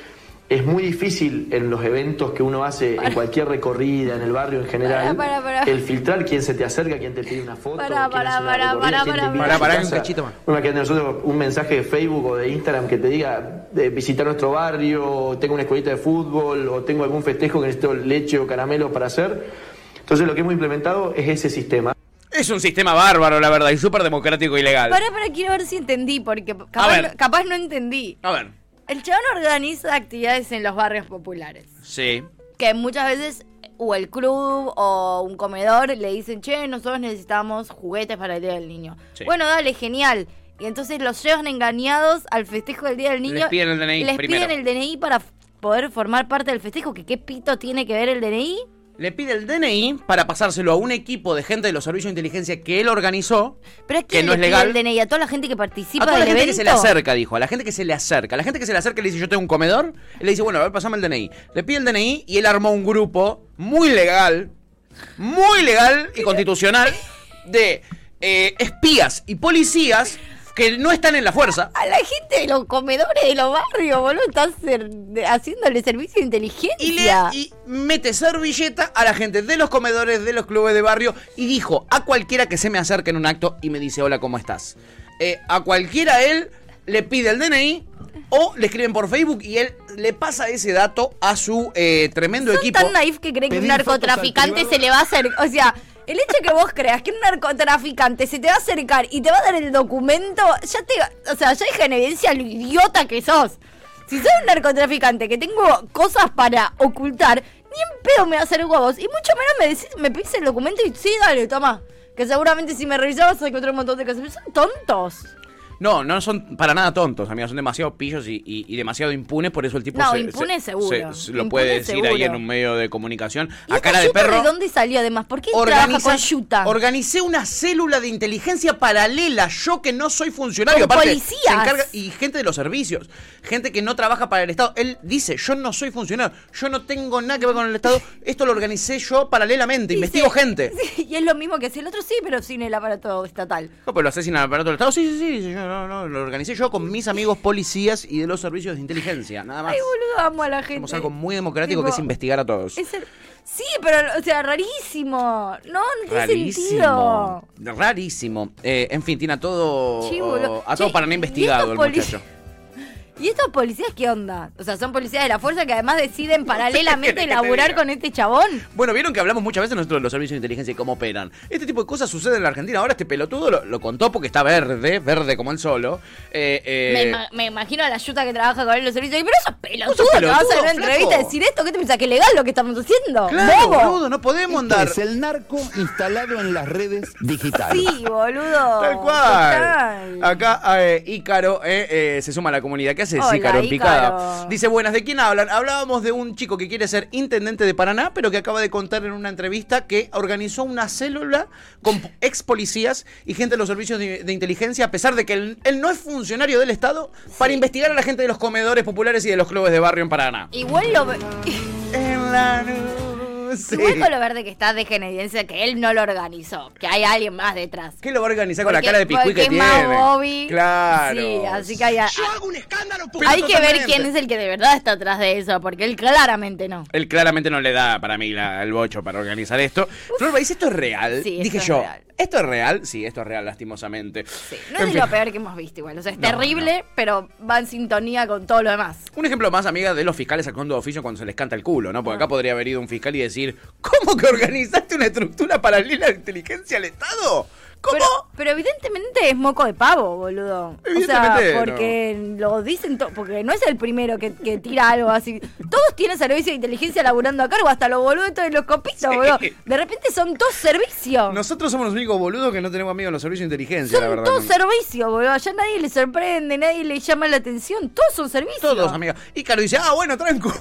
Es muy difícil en los eventos que uno hace, en cualquier recorrida, en el barrio en general, Pará, pará, pará. el filtrar quién se te acerca, quién te pide una foto. Pará, quién pará, hace una pará, recorrida, pará, quién te pará, invita pará. a su Pará, pará, un casa. cachito más. Una que de nosotros un mensaje de Facebook o de Instagram que te diga eh, visitar nuestro barrio, o tengo una escuelita de fútbol o tengo algún festejo que necesito leche o caramelo para hacer. Entonces lo que hemos implementado es ese sistema. Es un sistema bárbaro, la verdad, y súper democrático y legal. Pará, pará, quiero ver si entendí, porque capaz, no, ver. capaz no entendí. A ver. El chabón organiza actividades en los barrios populares. Sí. Que muchas veces o el club o un comedor le dicen, che, nosotros necesitamos juguetes para el Día del Niño. Sí. Bueno, dale, genial. Y entonces los llevan engañados al festejo del Día del Niño. Les piden el DNI Les primero. piden el DNI para f- poder formar parte del festejo, que qué pito tiene que ver el DNI. Le pide el DNI para pasárselo a un equipo de gente de los servicios de inteligencia que él organizó, Pero es que, que no es le pide legal. el DNI a toda la gente que participa A toda la del gente evento. que se le acerca, dijo. A la gente que se le acerca. A la gente que se le acerca le dice, yo tengo un comedor. Él le dice, bueno, a ver, pasame el DNI. Le pide el DNI y él armó un grupo muy legal, muy legal y constitucional de eh, espías y policías que no están en la fuerza. A la gente de los comedores de los barrios, boludo, estás ser- haciéndole servicio de inteligencia. Y, le, y mete servilleta a la gente de los comedores, de los clubes de barrio y dijo a cualquiera que se me acerque en un acto y me dice hola, ¿cómo estás? Eh, a cualquiera él le pide el DNI o le escriben por Facebook y él le pasa ese dato a su eh, tremendo Son equipo. tan naif que cree que un Pedir fotos narcotraficante al se le va a acercar. O sea, el hecho que vos creas que un narcotraficante se te va a acercar y te va a dar el documento, ya te va- O sea, ya deja en evidencia lo idiota que sos. Si sos un narcotraficante que tengo cosas para ocultar, ni en pedo me acerco a vos. Y mucho menos me decís, me pides el documento y sí, dale, toma. Que seguramente si me revisabas encontré un montón de cosas. Pero son tontos. No, no son para nada tontos, amigos. Son demasiado pillos y, y- y demasiado impunes. Por eso el tipo No, se- impune se- seguro. se- se lo Impune puede decir ahí seguro. en un medio de comunicación. ¿Y A esta cara de yuta perro. ¿De dónde salió además? ¿Por qué trabaja Organiza- con Yuta? Organicé una célula de inteligencia paralela. Yo que no soy funcionario. Con aparte, policías. se encarga- y gente de los servicios. Gente que no trabaja para el Estado. Él dice, yo no soy funcionario. Yo no tengo nada que ver con el Estado. Esto lo organicé yo paralelamente. investigo gente. Y es lo mismo que si el otro sí, pero sin el aparato estatal. No, pero lo asesinan al aparato del Estado. Sí, sí, sí. sí, yo, no, no, lo organicé yo con mis amigos policías y de los servicios de inteligencia. Nada más. Ay, boludo, amo a la gente. Somos algo muy democrático Tipo, que es investigar a todos. Es el- Sí, pero, o sea, rarísimo. No, no tiene sentido. Rarísimo. Rarísimo. Eh, en fin, tiene a todo, oh, Sí, boludo. a todo Che, para no ¿y investigado el estos poli- muchacho. ¿Y estos policías qué onda? O sea, son policías de la fuerza que además deciden ¿Qué paralelamente querés que te laburar diga? con este chabón. Bueno, vieron que hablamos muchas veces nosotros de los servicios de inteligencia y cómo operan. Este tipo de cosas suceden en la Argentina. Ahora este pelotudo lo, lo contó porque está verde, verde como el solo. Eh, eh, Me, ima- me imagino a la yuta que trabaja con él en los servicios. Y, Pero eso pelotudo, pelotudo, que vas a hacer una flaco. entrevista y decir esto. ¿Qué te pensás? ¿Que es legal lo que estamos haciendo? Claro, ¡Bobo! Este boludo, no podemos andar. Es el narco instalado en las redes digitales. Sí, boludo. Tal cual. Acá eh, Ícaro eh, eh, se suma a la comunidad. ¿Qué haces, Hola, Ícaro en picada? Ícaro. Dice, buenas, ¿de quién hablan? Hablábamos de un chico que quiere ser intendente de Paraná, pero que acaba de contar en una entrevista que organizó una célula con po- ex policías y gente de los servicios de, de inteligencia, a pesar de que él, él no es funcionario del Estado, para investigar a la gente de los comedores populares y de los clubes de barrio en Paraná. Igual lo. Sí. Igual con lo verde que está, deja en evidencia que él no lo organizó, que hay alguien más detrás. ¿Qué lo va a organizar con la Porque- cara de picuí porque que es tiene? más Bobby. Claro. Sí, así que hay, hay que ver totalmente. quién es el que de verdad está atrás de eso, porque él claramente no. Él claramente no le da para mí la- el bocho para organizar esto. Flor Baís, ¿esto es real? Sí, esto Dije es yo. real. ¿Esto es real? Sí, esto es real, lastimosamente. No En es de fin. lo peor que hemos visto igual, o sea, es No, terrible, pero va en sintonía con todo lo demás. Ah. Un ejemplo más, amiga, de los fiscales actuando de oficio cuando se les canta el culo, ¿no? Porque acá podría haber ido un fiscal y decir, decir, ¿cómo que organizaste una estructura paralela de inteligencia al Estado? ¿Cómo? Pero, pero evidentemente es moco de pavo, boludo. O sea, Evidentemente, porque lo dicen to- porque no es el primero que, que tira algo así. Todos tienen servicio de inteligencia laburando a cargo, hasta los boludos de los copitos, boludo. De repente son dos servicios. Nosotros somos los únicos boludos que no tenemos amigos en los servicios de inteligencia, la Son verdad. todos no. servicios, boludo. Ya nadie le sorprende, nadie le llama la atención. Todos son servicios. Todos, amiga. Y Caro dice, ah, bueno, tranco.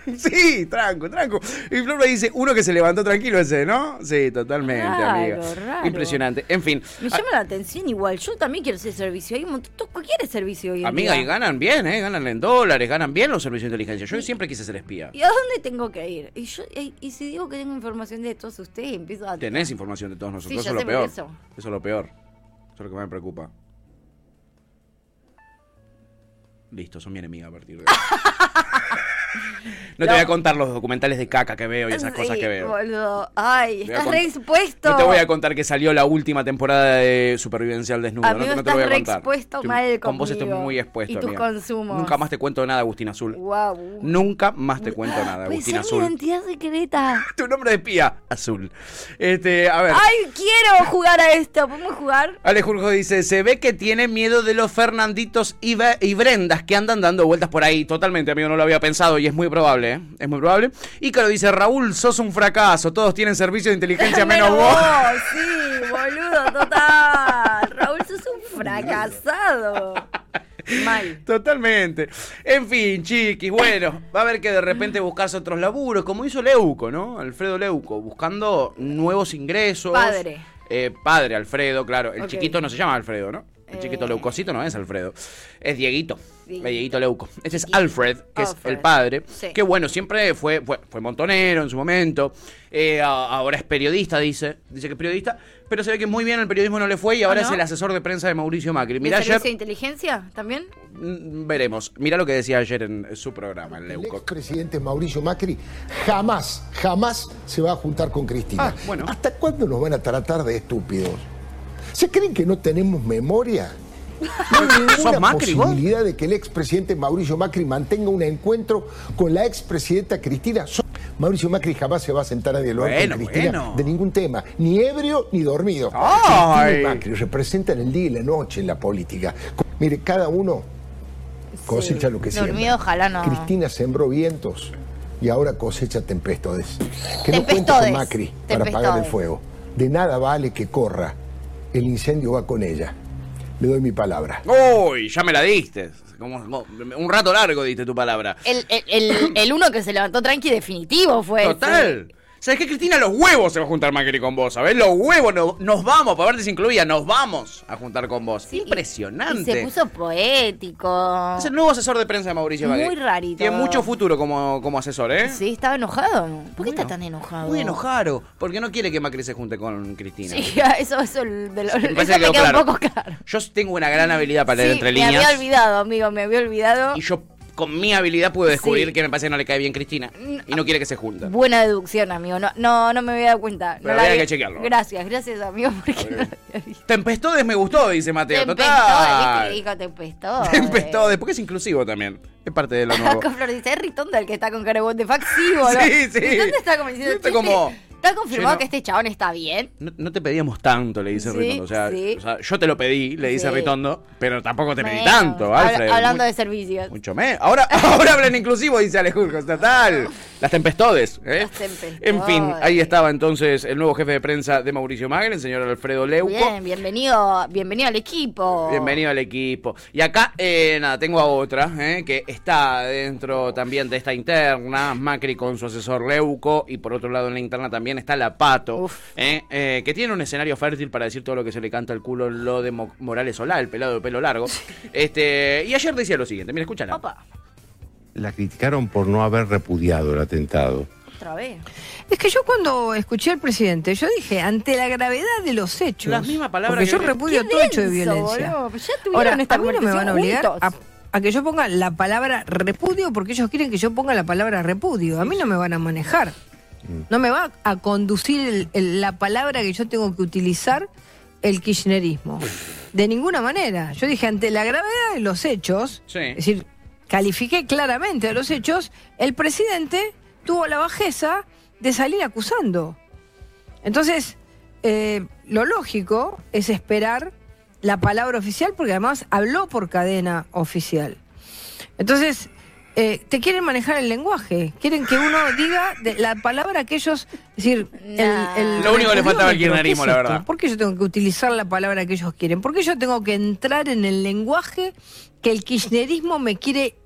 Sí, tranco, tranco. Y Flor me dice, uno que se levantó tranquilo ese, ¿no? Sí, totalmente, Raro, amiga. raro. Impresionante. En fin. Me Ah, llama la atención igual. Yo también quiero ser servicio. Hay un montón. todo- Cualquier servicio hoy en Amiga, día. y ganan bien, ¿eh? Ganan en dólares, ganan bien los servicios de inteligencia. Yo siempre quise ser espía. ¿Y a dónde tengo que ir? Y, yo, y, y si digo que tengo información de todos ustedes, empiezo a... Tenés información de todos nosotros, Sí, eso ya es sé lo peor. por eso. Eso es lo peor. Eso es lo que más me preocupa. Listo, son mi enemiga a partir de ahora. No te voy a contar los documentales de caca que veo y esas cosas Sí, que veo. boludo. Ay, voy a estás cont- re expuesto. No te voy a contar que salió la última temporada de Supervivencia al Desnudo. Amigo, no, te- no te voy a estás re contar. expuesto Estoy- mal con vos estoy conmigo muy expuesto. y tus amiga. consumos. Nunca más te cuento nada, Agustín Azul. Guau. Nunca más te cuento Puede nada, Agustín ser mi Azul. identidad secreta. Tu nombre de pía, Azul. Este, a ver. Ay, quiero jugar a esto. ¿Podemos jugar? Ale Jurjo dice, se ve que tiene miedo de los Fernanditos y, Be- y Brendas que andan dando vueltas por ahí. Totalmente, amigo, no lo había pensado y es muy probable, ¿eh? Es muy probable. Ícaro dice, Raúl, sos un fracaso, todos tienen servicio de inteligencia menos vos. Sí, boludo, total. Raúl, sos un fracasado. Mal. Totalmente. En fin, chiquis, bueno, va a haber que de repente buscarse otros laburos, como hizo Leuco, ¿no? Alfredo Leuco, buscando nuevos ingresos. Padre. Eh, padre Alfredo, claro. El Ok. Eh. chiquito no se llama Alfredo, ¿no? El chiquito leucocito no es Alfredo. Es Dieguito. Dieguito. Eh, Dieguito Leuco. Este es Alfred, que es Alfred. el padre. Sí. Que bueno, siempre fue, fue, fue montonero en su momento. Eh, a- ahora es periodista, dice. Dice que es periodista. Pero se ve que muy bien el periodismo no le fue y ahora Ah, no? es el asesor de prensa de Mauricio Macri. ¿Mi Mirá, servicio ayer- de e inteligencia también? Mm, Veremos. Mira lo que decía ayer en su programa, en El Leuco. expresidente Mauricio Macri jamás, jamás se va a juntar con Ah, Cristina. Ah, ¿Hasta cuándo nos van a tratar de estúpidos? ¿Se creen que no tenemos memoria? No hay ninguna ¿Sos Macri, vos? posibilidad de que el expresidente Mauricio Macri mantenga un encuentro con la expresidenta Cristina. So- Mauricio Macri jamás se va a sentar a dialogar Bueno, con Cristina bueno. de ningún tema, ni ebrio ni dormido. ¡Ay! Cristina y Macri representan el día y la noche en la política. Co- Mire, cada uno cosecha lo que siembra. Dormido, ojalá no. Cristina sembró vientos y ahora cosecha tempestades. Que no cuenta Tempestodes. con Macri para apagar el Tempestodes. fuego. De nada vale que corra. El incendio va con ella. Le doy mi palabra. Uy, ya me la diste. Como- como- un rato largo diste tu palabra. El, el, el, el uno que se levantó tranqui definitivo fue. ese. Total. ¿Sabes qué, Cristina? Los huevos se va a juntar Macri con vos, ¿sabes? Los huevos, no- nos vamos, para verte sin incluida, nos vamos a juntar con vos. Y se Impresionante. puso poético. Es el nuevo asesor de prensa de Mauricio Macri. Muy rarito. Tiene mucho futuro como, como asesor, ¿eh? Sí, estaba enojado. ¿Por qué está tan enojado? Muy enojado, porque no quiere que Macri se junte con Cristina. Sí, eso, eso, el de lo- Me parece eso me que quedó queda claro. un poco claro. Yo tengo una gran habilidad para leer Sí, me entre líneas. había olvidado, amigo, me había olvidado. Y yo con mi habilidad pude descubrir Sí. que me parece que no le cae bien Cristina. Y no quiere que se junten. Buena deducción, amigo. No, no, no me había dado cuenta. Pero No la había había- que chequearlo. Gracias, gracias, amigo, porque no Tempestodes me gustó, dice Mateo. Tempestó, ¿viste que Total. dijo tempestó? eh. Tempestodes, porque es inclusivo también. Es parte de lo nuevo. Con Flor dice, es Ritondo el que está con Carebón de Fax, sí, boludo. Sí, sí. Ritondo está como diciendo, Está "Che, como- ¿Está confirmado Yo no- que este chabón está bien? No, no te pedíamos tanto, le dice Sí, Ritondo. O sea, sí. o sea, yo te lo pedí, le dice Sí. Ritondo, pero tampoco te pedí Bueno, tanto, habla- Alfred. hablando Mu- de servicios. Mucho menos. Ahora, ahora hablan inclusivo, dice Alejurgo. Total. Las tempestodes. ¿eh? Tempestó. En fin, ahí estaba entonces el nuevo jefe de prensa de Mauricio Magri, el señor Alfredo Leuco. Bien, bienvenido, bienvenido al equipo. Bienvenido al equipo. Y acá, eh, nada, tengo a otra, eh, que está dentro también de esta interna, Macri con su asesor Leuco, y por otro lado en la interna también está La Pato, eh, eh, que tiene un escenario fértil para decir todo lo que se le canta al culo lo de Mo- Morales Solá, el pelado de pelo largo. este Y ayer decía lo siguiente, mira, escúchala. La criticaron por no haber repudiado el atentado. Otra vez. Es que yo cuando escuché al presidente, yo dije, ante la gravedad de los hechos. Las mismas palabras Porque que- yo repudio Qué todo hecho de denso, violencia. boludo, pero ya tuvieron Ahora, esta a mí no me van a obligar Ah. conversación a, a que yo ponga la palabra repudio porque ellos quieren que yo ponga la palabra repudio. A mí no me van a manejar. No me va a conducir el- el- la palabra que yo tengo que utilizar el kirchnerismo. De ninguna manera. Yo dije, ante la gravedad de los hechos, Sí. es decir, califiqué claramente a los hechos, el presidente tuvo la bajeza de salir acusando. Entonces, eh, lo lógico es esperar la palabra oficial, porque además habló por cadena oficial. Entonces, eh, te quieren manejar el lenguaje, quieren que uno diga de la palabra que ellos... Es decir, el- el- Lo único que le faltaba al ¿qué es kirchnerismo, la esto? verdad. ¿Por qué yo tengo que utilizar la palabra que ellos quieren? ¿Por qué yo tengo que entrar en el lenguaje que el kirchnerismo me quiere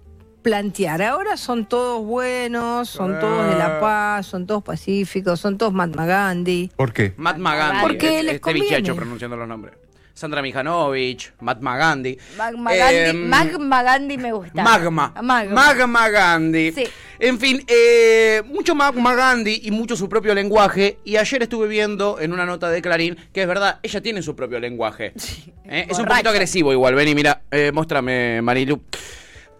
plantear? Ahora son todos buenos, son todos de la paz, son todos pacíficos, son todos Mahatma Gandhi. ¿Por qué? Mahatma Gandhi. Porque este- les este conviene. bichacho pronunciando los nombres. Sandra Mijanovich, Mahatma Gandhi. Magma Gandhi, Em, Magma Gandhi me gusta. Ah, Magma. Magma. Magma Gandhi. Sí. En fin, eh, mucho Magma Gandhi y mucho su propio lenguaje. Y ayer estuve viendo en una nota de Clarín que es verdad, ella tiene su propio lenguaje. Eh, es un poquito agresivo igual. Vení, mira, eh, muéstrame, Marilu.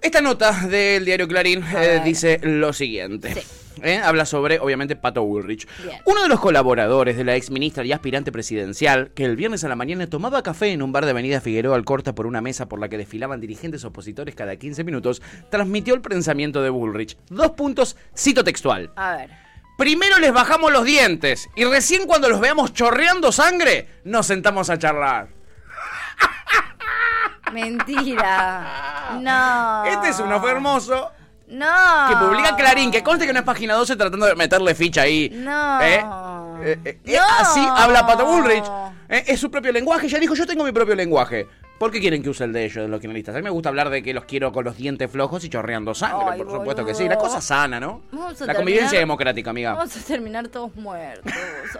Esta nota del diario Clarín eh, dice lo siguiente. Eh, habla sobre, obviamente, Pato Bullrich. Uno de los colaboradores de la exministra y aspirante presidencial, que el viernes a la mañana tomaba café en un bar de Avenida Figueroa Alcorta por una mesa por la que desfilaban dirigentes opositores cada 15 minutos, transmitió el pensamiento de Bullrich. Dos puntos, cito textual. A ver. Primero les bajamos los dientes y recién cuando los veamos chorreando sangre, nos sentamos a charlar. Mentira. No. Este es uno fue hermoso No. que publica Clarín, que conste que no es página 12 tratando de meterle ficha ahí. No. ¿Eh? Eh, eh, eh, Así habla Pato Bullrich. Eh, es su propio lenguaje. Ya dijo, yo tengo mi propio lenguaje. ¿Por qué quieren que use el de ellos, de los kirchneristas? A mí me gusta hablar de que los quiero con los dientes flojos y chorreando sangre, por supuesto que sí. La cosa sana, ¿no? Vamos a La convivencia terminar- democrática, amiga. Vamos a terminar todos muertos.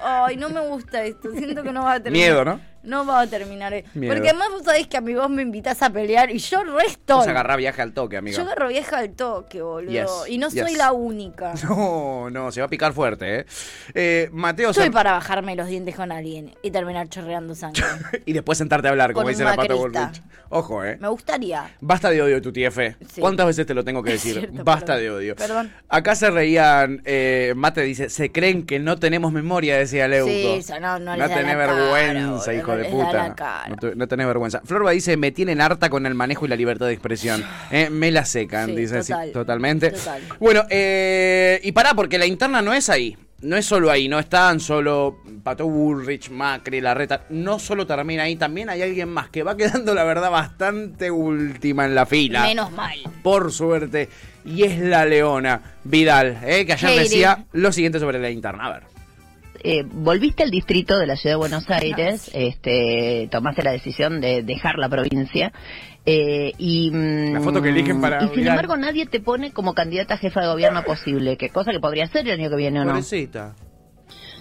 Ay, no me gusta esto. Siento que no va a terminar. Miedo, ¿no? No va a terminar. eh. Miedo. Porque además vos sabés que a mi voz me invitas a pelear y yo resto. Vamos a agarrar viaje al toque, amiga. Yo agarro vieja al toque, boludo. Yes, Y no yes. soy la única. No, no, se va a picar fuerte, ¿eh? Eh, Mateo Estoy San- para bajarme los dientes con alguien y terminar chorreando sangre. Y después sentarte a hablar, como Con un dice la Pato macrista. Bullrich. Ojo, ¿eh? Me gustaría. Basta de odio, tu TF. Sí. ¿Cuántas veces te lo tengo que decir? cierto, Basta perdón. de odio. Perdón. Acá se reían, eh, Mate dice, se creen que no tenemos memoria, decía Leuco. Sí, eso no- no les da tenés la cara, vergüenza, boludo, hijo no de les da la puta. cara. No, te- no tenés vergüenza. Florba dice, me tienen harta con el manejo y la libertad de expresión. Eh, me la secan, Sí, dice, sí, total, totalmente. total. Bueno, eh, y pará, porque la interna no es ahí. No es solo ahí, no están solo Pato Bullrich, Macri, Larreta. No solo termina ahí, también hay alguien más que va quedando, la verdad, bastante última en la fila Menos mal. por suerte, y es la leona Vidal, ¿eh? que ayer Heidi. decía lo siguiente sobre la interna. A ver. Eh, volviste al distrito de la ciudad de Buenos Aires, este, tomaste la decisión de dejar la provincia. eh, y, La foto que eligen para Mm. Y sin Vidal. embargo, nadie te pone como candidata a jefa de gobierno posible, que cosa que podría ser el año que viene o no. Pobrecita.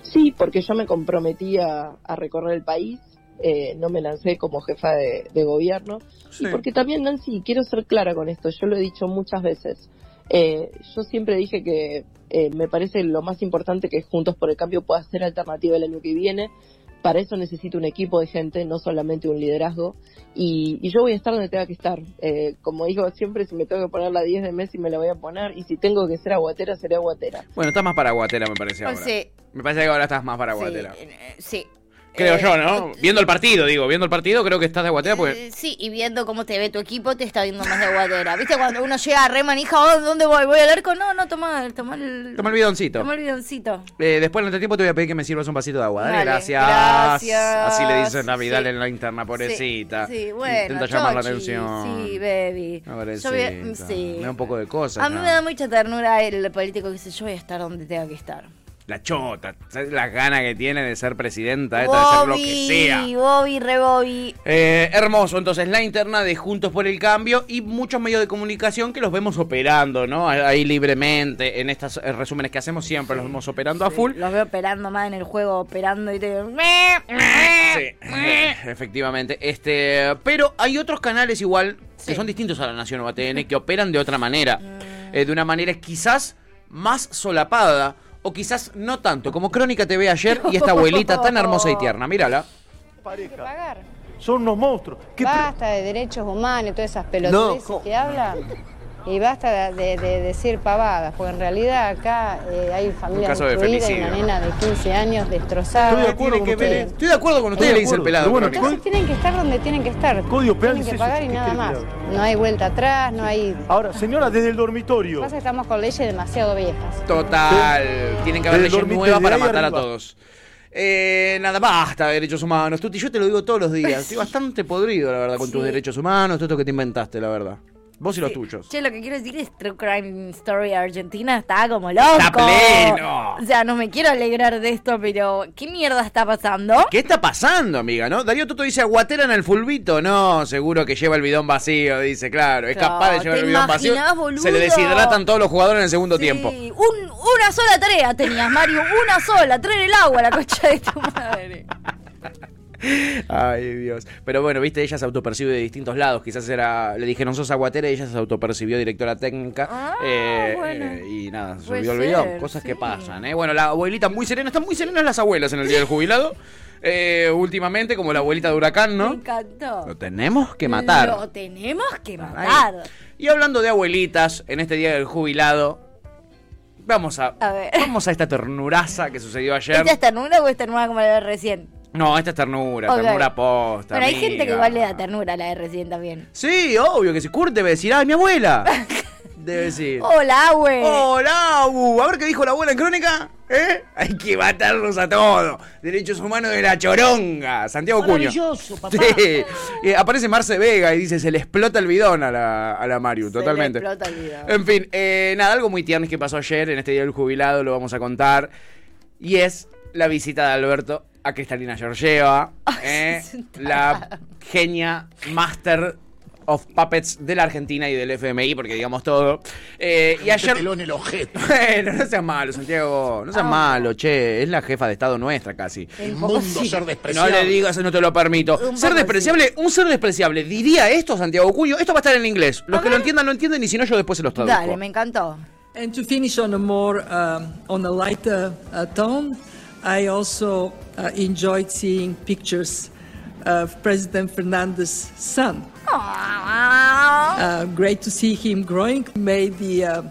Sí, porque yo me comprometí a, a recorrer el país, eh, no me lancé como jefa de, de gobierno. Sí. Y porque también, Nancy, quiero ser clara con esto, yo lo he dicho muchas veces. Eh, yo siempre dije que eh, me parece lo más importante que Juntos por el Cambio pueda ser alternativa el año que viene. Para eso necesito un equipo de gente, no solamente un liderazgo. Y, y yo voy a estar donde tenga que estar. Eh, como digo siempre, si me tengo que poner la 10 de Messi, me la voy a poner. Y si tengo que ser aguatera, seré aguatera. Bueno, estás más para Guatera, me parece ahora. Sí. Me parece que ahora estás más para Guatera. Eh, Sí. Creo yo, ¿no? Viendo el partido, digo, viendo el partido, creo que estás de Guatera porque. Eh, Sí, y viendo cómo te ve tu equipo, te está viendo más de guadera. ¿Viste cuando uno llega a re manija, oh, ¿dónde voy? ¿Voy al arco? No, no, toma, toma el... Toma el bidoncito. Toma el bidoncito. Eh, después en el entretiempo te voy a pedir que me sirvas un vasito de agua. Dale, Dale, gracias. gracias. Así le dicen a Vidal en la interna, pobrecita. Sí, bueno, Intenta llamar Chochi, la atención. Sí, baby. Una pobrecita. Yo voy- mm, sí. Me da un poco de cosas. A mí ¿no? me da mucha ternura el político que dice, yo voy a estar donde tenga que estar. La chota, ¿sabes las ganas que tiene de ser presidenta, esta, de ser lo que sea? Bobby, re Bobby. Eh, hermoso, entonces la interna de Juntos por el Cambio y muchos medios de comunicación que los vemos operando, ¿no? Ahí libremente, en estos eh, resúmenes que hacemos siempre, los vemos operando a full. Los veo operando más en el juego, operando y te... Eh, Efectivamente, este, pero hay otros canales igual que son distintos a la Nación o ATN que operan de otra manera, Eh, de una manera quizás más solapada o quizás no tanto, como Crónica TV ayer y esta abuelita tan hermosa y tierna, mírala. Son unos monstruos. Basta de derechos humanos y todas esas pelotudeces No, ¿cómo? que hablan. Y basta de, de decir pavadas, porque en realidad acá eh, hay familias caso de destruidas, y una femicidio, nena de 15 años destrozada. Estoy de acuerdo con ustedes, Estoy le de dice el acuerdo. pelado. Pero bueno, Entonces tienen que estar donde tienen que estar. Código penal Tienen dice que eso, pagar y ¿qué nada quiere más. que No hay vuelta atrás, no hay... Ahora, señora, desde el dormitorio. Lo que pasa es que estamos con leyes demasiado viejas. Total, tienen que haber Desde leyes dormite- nuevas de para ahí matar a arriba. todos. Eh, nada, basta de derechos humanos. Tuti, yo te lo digo todos los días. Estoy bastante podrido, la verdad, con tus Sí. derechos humanos, todo esto que te inventaste, la verdad. Vos y los tuyos. Che, lo que quiero decir es True Crime Story Argentina está como loco. ¡Está pleno! O sea, no me quiero alegrar de esto, pero ¿qué mierda está pasando? ¿Qué está pasando, amiga? ¿No? Darío Toto dice aguatera en el fulbito. No, seguro que lleva el bidón vacío, dice, claro. Es Claro, capaz de llevar ¿te el bidón vacío. imaginás, boludo? Se le deshidratan todos los jugadores en el segundo tiempo. Y un- una sola tarea tenías, Mario. Una sola. Traer el agua a la concha de tu madre. Ay, Dios. Pero bueno, viste, ella se autopercibe de distintos lados. Quizás era, le dijeron sos aguatera y ella se autopercibió directora técnica. Eh, eh, y nada, se Ah, Puede subió el ser, bidón. Cosas que pasan, ¿eh? Bueno, la abuelita muy serena. Están muy serenas las abuelas en el Día del Jubilado. Eh, últimamente, como la abuelita de Huracán, Me ¿no? encantó. Lo tenemos que matar. Lo tenemos que matar. Y hablando de abuelitas, en este Día del Jubilado, vamos a, A ver. vamos a esta ternuraza que sucedió ayer. ¿Esta es ternura o es ternura como la de recién? No, esta es ternura, Ok. ternura posta. Pero hay gente que amiga. igual le da ternura a la de recién también. Sí, obvio que si Kurt debe decir, ¡ay, mi abuela! Debe decir. Hola, güey. ¡Hola, abu! A ver qué dijo la abuela en crónica. ¿Eh? Hay que matarlos a todos. Derechos humanos de la choronga. Santiago Cuño. Maravilloso, papá. Sí. Eh, aparece Marce Vega y dice, se le explota el bidón a la, a la Mario. Totalmente. Explota el video. En fin, eh, nada, algo muy tierno que pasó ayer en este día del jubilado, lo vamos a contar. Y es la visita de Alberto a Cristalina Georgieva, eh, la genia master of puppets de la Argentina y del FMI, porque digamos todo. Eh, y ayer. el objeto. Bueno, no seas malo, Santiago. No seas malo, che. Es la jefa de Estado nuestra casi. El mundo ser No despreciable. le digas, no te lo permito. Un Ser poco despreciable, un ser despreciable. Diría esto, Santiago Cuyo. Esto va a estar en inglés. Los que lo entiendan, lo entienden. Y si no, yo después se los traduzco. Dale, me encantó. And to finish on a more um, on a lighter uh, tone, I also uh, enjoyed seeing pictures of President Fernandez's son. Uh, great to see him growing. May the uh,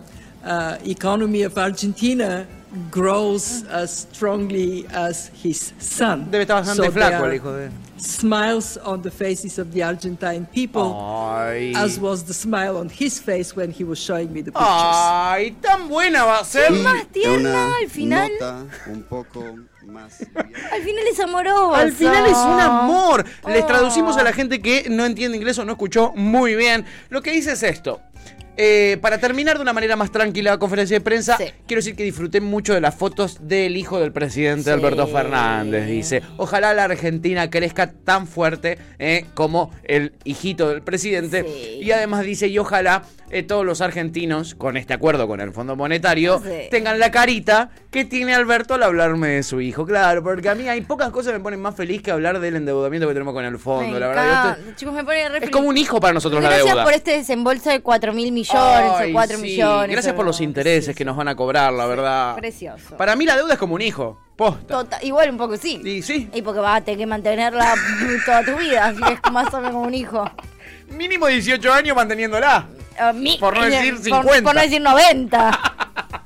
uh, economy of Argentina grows as strongly as his son. Debe estar bastante flaco there el hijo de- Smiles on the faces of the Argentine people, Ay. as was the smile on his face when he was showing me the pictures. Ay, tan buena va a ser. Sí, más tierna al final. un poco más. Al final es amoroso. Al final es un amor. Les traducimos a la gente que no entiende inglés o no escuchó muy bien. Lo que hice es esto. Eh, para terminar de una manera más tranquila la conferencia de prensa, quiero decir que disfruté mucho de las fotos del hijo del presidente Alberto Fernández. Dice, ojalá la Argentina crezca tan fuerte eh, como el hijito del presidente. Y además dice, y ojalá eh, todos los argentinos, con este acuerdo con el Fondo Monetario, Sí. tengan la carita que tiene Alberto al hablarme de su hijo. Claro, porque a mí hay pocas cosas que me ponen más feliz que hablar del endeudamiento que tenemos con el fondo, Me la verdad. Yo estoy- encanta. Chicos, me pone re Es como un hijo para nosotros la Gracias deuda. por este desembolso de 4 mil millones Ay, o 4 sí. millones. Gracias o- por los intereses que nos van a cobrar, la verdad. Precioso. Para mí la deuda es como un hijo. Posta. Total- igual un poco sí. Y sí. Y porque vas a tener que mantenerla toda tu vida, así que es más o menos como un hijo. Mínimo 18 años manteniéndola. A mí- Por no decir por- 50. por no decir 90.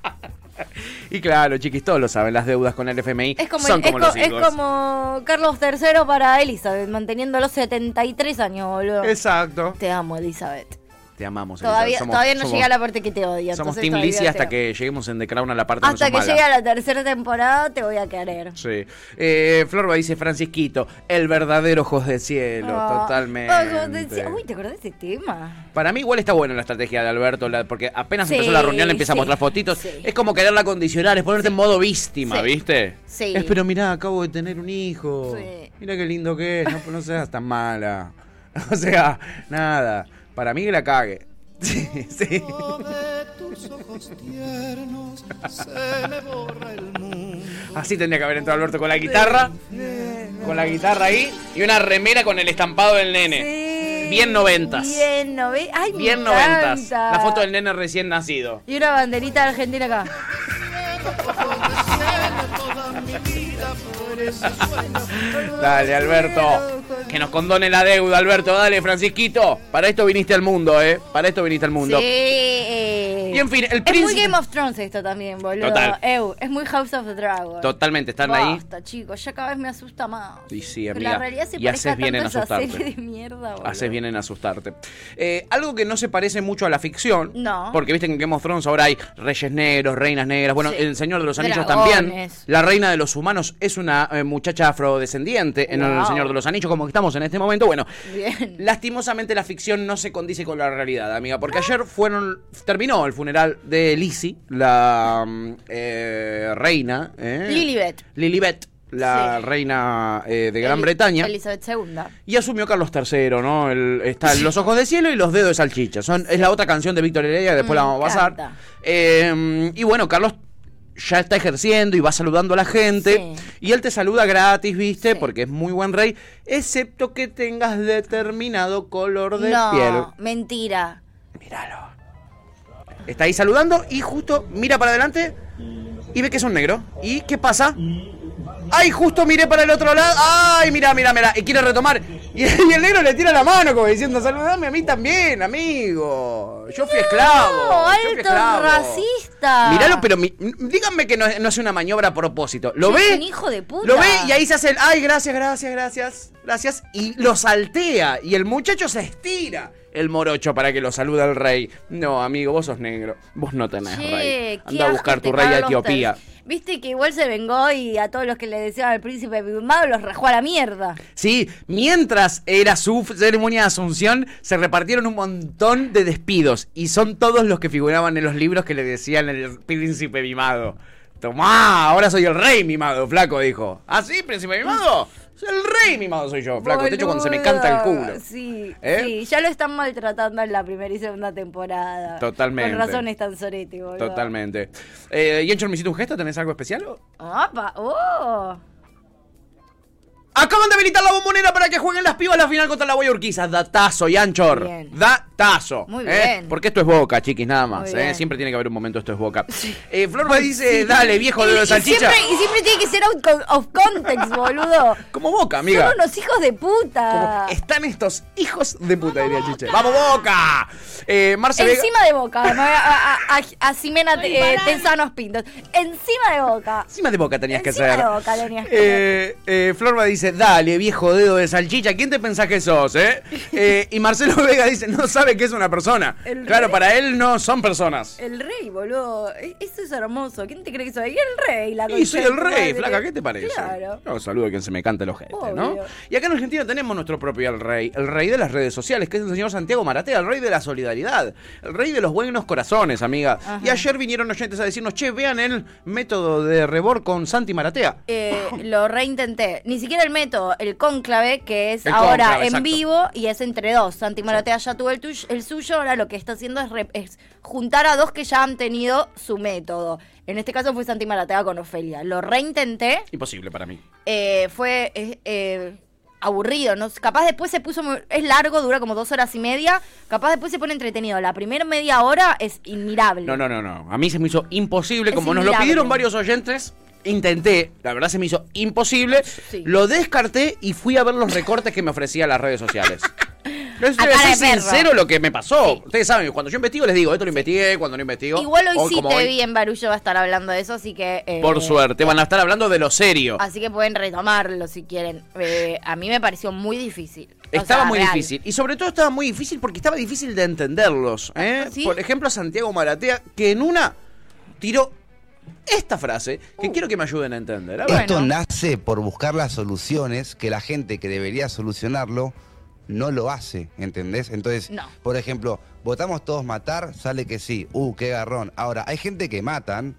Y claro, chiquis, todos lo saben, las deudas con el FMI Es como, son es como co- los es hijos. como Carlos III para Elizabeth, manteniendo los 73 años, boludo. Exacto. Te amo, Elizabeth. Te amamos. Elizabeth. Todavía, Somos- todavía no somos- llegué a la parte que te odia. Somos entonces Team todavía Lizzie hasta te- que lleguemos en The Crown a la parte Hasta no que sos llegue mala. a la tercera temporada te voy a querer. Sí. Eh, Florba dice Francisquito, el verdadero ojos de cielo, Ah, totalmente. ojos de cielo. Uy, ¿te acordás de ese tema? Para mí igual está buena la estrategia de Alberto, la- porque apenas Sí, empezó la reunión le empieza sí, a mostrar fotitos. Es como quererla condicionar, es ponerte en modo víctima, Sí. ¿viste? Sí. Es, pero mirá, acabo de tener un hijo. Mira qué lindo que es, no, no seas tan mala. O sea, nada. Para mí que la cague. Sí, sí. De tus ojos tiernos se me borra el mundo. Así tendría que haber entrado Alberto con la guitarra. Con la guitarra ahí y una remera con el estampado del nene. Bien noventas. Bien, nove... Ay, me Bien noventas. encanta. La foto del nene recién nacido. Y una banderita de Argentina acá. Toda mi vida por Dale, Alberto. Que nos condone la deuda, Alberto. Dale, Francisquito. Para esto viniste al mundo, ¿eh? Para esto viniste al mundo. Sí. Y en fin, el Es muy príncipe- Game of Thrones esto también, boludo. Total. Ew, es muy House of the Dragon. Totalmente, están ahí. Basta, chicos, ya cada vez me asusta más. Y sí, Que amiga. La realidad se y parezca haces bien en tanto a esa serie asustarte. de mierda, boludo. Haces bien en asustarte. Eh, algo que no se parece mucho a la ficción. No. Porque viste que en Game of Thrones ahora hay reyes negros, reinas negras. Bueno, Sí. el Señor de los Anillos Dragones. también. La reina de los humanos es una eh, muchacha afrodescendiente en Wow. el Señor de los Anillos, como que estamos en este momento. Bueno, Bien. Lastimosamente la ficción no se condice con la realidad, amiga, porque ayer fueron terminó el funeral de Lizzie, la mm, eh, reina, ¿eh? Lilibet. Lilibet, la reina eh, de Gran Eli- Bretaña, Elizabeth II. y asumió Carlos III, ¿no? El- está en Los ojos de cielo y los dedos de salchicha. Son, es la otra canción de Víctor Heredia, que después la vamos a pasar. Eh, y bueno, Carlos ya está ejerciendo y va saludando a la gente. Y él te saluda gratis, ¿viste? Porque es muy buen rey. Excepto que tengas determinado color de No, piel. mentira. Está ahí saludando y justo mira para adelante y ve que es un negro. ¿Y qué pasa? ¡Ay, justo miré para el otro lado! ¡Ay, mira, mira, mira! Y quiere retomar. Y, y el negro le tira la mano como diciendo, saludame a mí también, amigo. Yo fui esclavo. No, yo fui alto esclavo". racista. Miralo, pero mi- díganme que no, no es una maniobra a propósito. ¿Lo Es ve? un hijo de puta. Lo ve y ahí se hace el, ay, gracias, gracias, gracias, gracias. Y lo saltea. Y el muchacho se estira el morocho para que lo salude al rey. No, amigo, vos sos negro. Vos no tenés Che, rey. qué Anda a buscar asco tu te rey a cagan los Etiopía. Viste que igual se vengó y a todos los que le deseaban al príncipe Bilbao los rajó a la mierda. Sí, mientras era su f- ceremonia de asunción, se repartieron un montón de despidos. Y son todos los que figuraban en los libros que le decían el príncipe mimado. Tomá, ahora soy el rey mimado, flaco, dijo. ¿Ah, sí, príncipe mimado? El rey mimado soy yo, flaco. Te echo cuando se me canta el Boludo, culo. Sí, ¿Eh? sí, ya lo están maltratando en la primera y segunda temporada. Totalmente. Con razones tan sorete, boludo. Totalmente. Eh, ¿Y Enchor me hiciste un gesto? ¿Tenés algo especial? ¡Apa! ¡Oh! Acaban de habilitar la bombonera para que jueguen las pibas la final contra la Guaya Urquiza. Datazo, Yanchor. Bien. Datazo. Muy ¿eh? bien. Porque esto es boca, chiquis, nada más. Muy ¿eh? bien. Siempre tiene que haber un momento, esto es boca. Eh, Flor me dice, dale, viejo de Y- los y salchichas. Siempre, y siempre tiene que ser out con- of context, boludo. Como boca, amiga. Son unos hijos de puta. Están estos hijos de puta, diría Chiche. ¡Vamos, boca! Eh, Marce Vega- Encima de boca. ¿no? A, a- a- a Ximena eh, Tezanos Pintos. Encima de boca. Encima de boca tenías que Encima ser. de boca, tenías que Eh, eh, Florba dice, dale, viejo dedo de salchicha, ¿quién te pensás que sos, eh? Eh, y Marcelo Vega dice, no sabe que es una persona. El Claro, rey. para él no son personas. El rey, boludo. E- Eso es hermoso. ¿Quién te cree que soy? Y el rey, la Y soy concha de el tu rey, madre. flaca, ¿qué te parece? Claro. Yo saludo a quien se me cante los gente, ¿no? Obvio. Y acá en Argentina tenemos nuestro propio el rey, el rey de las redes sociales, que es el señor Santiago Maratea, el rey de la solidaridad, el rey de los buenos corazones, amiga. Ajá. Y ayer vinieron oyentes a decirnos, che, vean el método de rebor con Santi Maratea. Eh, lo reintenté. Ni siquiera el método, el cónclave, que es El ahora cónclave, en exacto. vivo y es entre dos. Santi Maratea ya tuvo el, tuyo- el suyo, ahora lo que está haciendo es, re- es juntar a dos que ya han tenido su método. En este caso fue Santi Maratea con Ofelia. Lo reintenté, Imposible para mí. eh, fue eh, eh, aburrido. ¿no? Capaz después se puso, muy- es largo, dura como dos horas y media. Capaz después se pone entretenido. La primera media hora es inmirable. No, no, no, no. A mí se me hizo imposible. Es Como nos lo inviable. pidieron varios oyentes, intenté. La verdad se me hizo imposible. Lo descarté y fui a ver los recortes que me ofrecía las redes sociales. No es- A cara soy de perro. sincero lo que me pasó. Ustedes saben, cuando yo investigo les digo, esto lo investigué, cuando no investigo. Igual hoy sí te como hoy. vi en Barullo, va a estar hablando de eso, así que... eh, Por suerte, van a estar hablando de lo serio. Así que pueden retomarlo si quieren. Eh, a mí me pareció muy difícil. O Estaba sea, muy real. difícil. Y sobre todo estaba muy difícil porque estaba difícil de entenderlos. Ah, ¿eh? Por ejemplo, Santiago Maratea, que en una tiró esta frase Uh. que quiero que me ayuden a entender. A ver. Esto nace por buscar las soluciones que la gente que debería solucionarlo no lo hace, ¿entendés? Entonces, No. por ejemplo, votamos todos matar, sale que sí. Uh, qué garrón. Ahora, hay gente que matan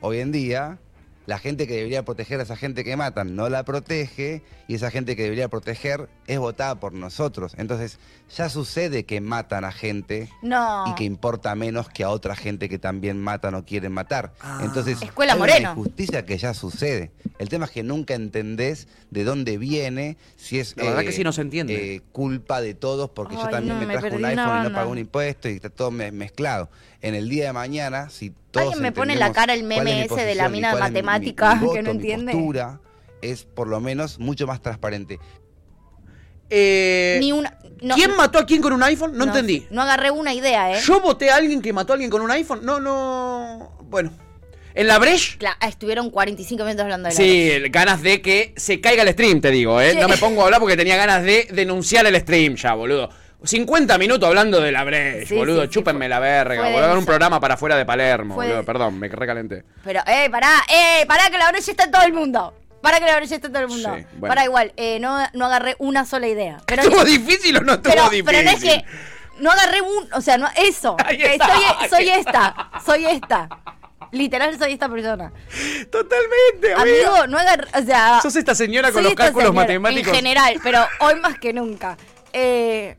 hoy en día. La gente que debería proteger a esa gente que matan no la protege y esa gente que debería proteger es votada por nosotros. Entonces, ya sucede que matan a gente No. y que em- importa menos que a otra gente que también matan o quieren matar. Ah. Entonces, Escuela hay Moreno. una injusticia que ya sucede. El tema es que nunca entendés de dónde viene, si es La verdad que sí no se entiende. eh, culpa de todos, porque yo Ay, también no, me me trajo perdí un una iPhone y no banda. pago un impuesto y está todo me- mezclado. En el día de mañana, si todos Alguien me pone en la entendemos cara el cuál es meme mi ese de la posición y mina de cuál es mi- mi- mi matemática que voto, no mi entiende. postura, es por lo menos mucho más transparente. Eh, Ni una. no. ¿Quién mató a quién con un iPhone? No, No, entendí. No agarré una idea, ¿eh? ¿Yo voté a alguien que mató a alguien con un iPhone? No, no. Bueno. ¿En la Breche? Cla- ah, estuvieron 45 minutos hablando de la Sí, ganas de que se caiga el stream, te digo, ¿eh? Sí. No me pongo a hablar porque tenía ganas de denunciar el stream ya, boludo. 50 minutos hablando de la Breche, Sí, boludo. sí, sí, Chúpenme la verga, fue boludo. Hagan un denso. programa para afuera de Palermo, Fue boludo. de- Perdón, me recalenté. Pero, eh, pará, eh, pará, que la brecha está en todo el mundo. Pará que la brecha está en todo el mundo. Sí, bueno. Pará igual, eh, no, no agarré una sola idea. Pero, ¿Estuvo difícil o no estuvo pero, difícil? pero no es que no agarré un, o sea, no, eso. Que está, soy, eh, soy ahí esta, soy esta. Literal soy esta persona. Totalmente, amigo. Amigo, no agarré, o sea, Sos esta señora con soy los esta cálculos señora, matemáticos. En general, pero hoy más que nunca. Eh,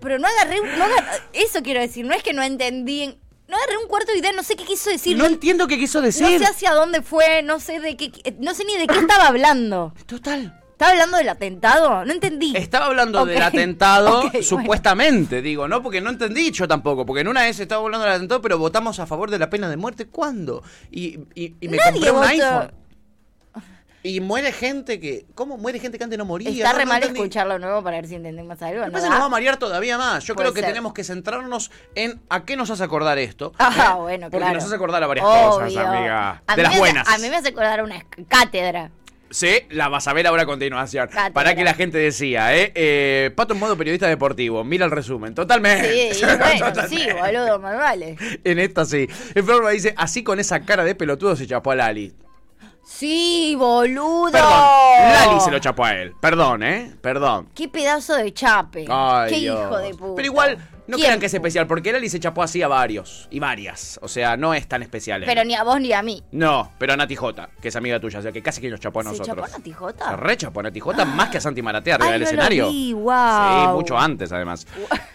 pero no agarré, un- no agarré- eso quiero decir, no es que no entendí, en- no agarré un cuarto de idea, no sé qué quiso decir. no entiendo qué quiso decir. No sé hacia dónde fue, no sé de qué, eh, no sé ni de qué estaba hablando. Total. ¿Estaba hablando del atentado? No entendí. Estaba hablando Ok. del atentado, Ok, supuestamente, digo, ¿no? Porque no entendí yo tampoco, porque en una vez estaba hablando del atentado, pero votamos a favor de la pena de muerte. ¿Cuándo? Y, y- y me Nadie compré un votó. iPhone. Y muere gente que. ¿Cómo muere gente que antes no moría? Está No, re no mal entendí. escucharlo nuevo para ver si entendemos algo. Me ¿no? parece que nos va a marear todavía más. Yo Puede creo que ser. tenemos que centrarnos en a qué nos hace acordar esto. Ah, ¿eh? bueno, Porque claro. nos hace acordar a varias cosas, Obvio. amiga. A mí de las me hace- buenas. a mí me hace acordar una esc- cátedra. Sí, la vas a ver ahora a continuación. Cátedra. Para que la gente decía, ¿eh? Eh, Pato en modo periodista deportivo. Mira el resumen. Sí, Totalmente. y bueno, sí, Totalmente. boludo, más vale. En esta sí. El programa dice, así con esa cara de pelotudo se chapó a Lali. Sí, boludo. Perdón. Lali se lo chapó a él. Perdón, ¿eh? Perdón. Qué pedazo de chape. Ay, Qué Dios. hijo de puta. Pero igual, no crean que es especial, porque Lali se chapó así a varios y varias. O sea, no es tan especial. él. Pero ni a vos ni a mí. No, pero a Nati J, que es amiga tuya, o sea que casi que nos chapó a ¿Se nosotros. chapó a Tijota? Se re chapó a Nati J más que a Santi Maratea arriba del no lo escenario. vi, guau. Sí, mucho antes además.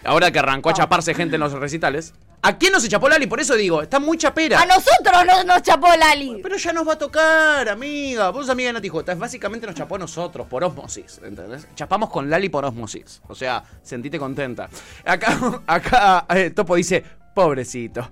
Ahora que arrancó a chaparse gente en los recitales. ¿A quién no se chapó Lali? Por eso digo, está muy chapera. A nosotros Ah, no- nos chapó Lali. Pero ya nos va a tocar, amiga. Vos, amiga de Nati J, básicamente nos chapó a nosotros por osmosis, ¿entendés? Chapamos con Lali por osmosis. O sea, sentite contenta. Acá, acá eh, Topo dice, pobrecito.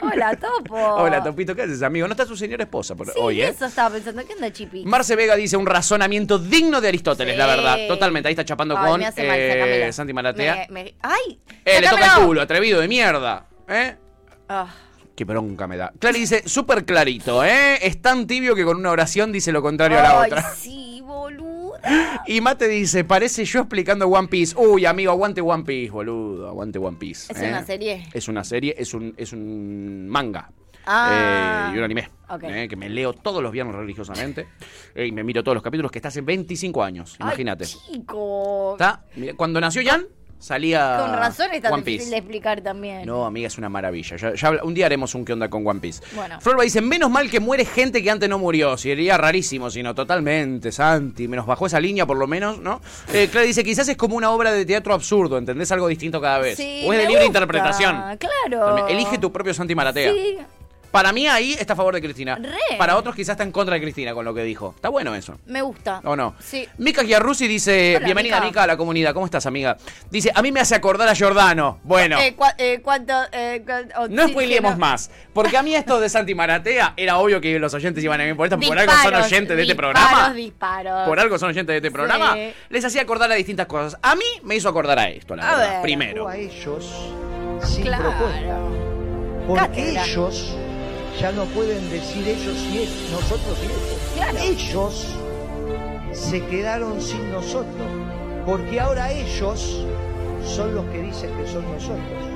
Hola, Topo. Hola, Topito, ¿qué haces, amigo? No está su señora esposa por Oh. Sí, hoy, ¿eh? eso estaba pensando. ¿Qué onda, Chipi? Marce Vega dice un razonamiento digno de Aristóteles, Sí. la verdad. Totalmente, ahí está chapando Ay, con me hace mal, eh, sacámela. Santi Maratea. Me- me- ¡Ay! Eh, le toca el sácamelo. culo, atrevido de mierda. ¿Eh? Ah, Qué bronca me da. Clary dice, súper clarito, ¿eh? Es tan tibio que con una oración dice lo contrario a la Ay, otra. sí, boludo. Y Mate dice, parece yo explicando One Piece. Uy, amigo, aguante One Piece, boludo. Aguante One Piece. Es ¿eh? una serie. Es una serie, es un, es un manga. Ah. eh, y un anime. Ok. eh, que me leo todos los viernes religiosamente. eh, y me miro todos los capítulos que está hace 25 años. Ay, Imagínate. Chico. Está- mira, Cuando nació Jan, salía. Con razón está One difícil Piece. de explicar también. No, amiga, es una maravilla. Ya, ya habla- un día haremos un qué onda con One Piece. Bueno. Florba dice, menos mal que muere gente que antes no murió. Sería rarísimo, sino totalmente, Santi. Menos bajó esa línea, por lo menos, ¿no? Eh, Clara dice, quizás es como una obra de teatro absurdo, ¿entendés? Algo distinto cada vez. Sí, o es de me libre gusta, interpretación. Claro. Elige tu propio Santi Maratea. Sí. Para mí ahí está a favor de Cristina. Re. Para otros quizás está en contra de Cristina con lo que dijo. Está bueno eso. Me gusta. ¿O no? Sí. Mika Giarrusi dice, Hola, bienvenida Mica. Mica. a la comunidad, ¿cómo estás amiga? Dice, a mí me hace acordar a Giordano. Bueno, Eh, cua- eh, ¿Cuánto? Eh, cu- no oxígeno? spoilemos más, porque a mí esto de Santi Maratea era obvio que los oyentes iban a venir por esto, por algo Disparos, son oyentes de este disparos, programa. Disparos, Por algo son oyentes de este programa, les hacía acordar a distintas cosas. A mí me hizo acordar a esto, la A verdad, ver. primero. a ellos sin Claro. propuesta. Porque Cátedra. ellos ya no pueden decir ellos y ellos, nosotros y ellos. Ellos se quedaron sin nosotros. Porque ahora ellos son los que dicen que son nosotros.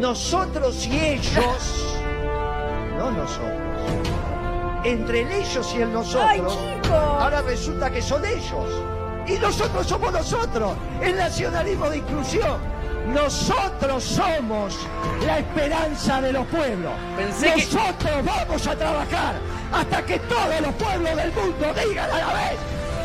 Nosotros y ellos, no nosotros. Entre el ellos y el nosotros, ahora resulta que son ellos. Y nosotros somos nosotros, el nacionalismo de inclusión. Nosotros somos la esperanza de los pueblos. Pensé que- nosotros vamos a trabajar hasta que todos los pueblos del mundo digan a la vez,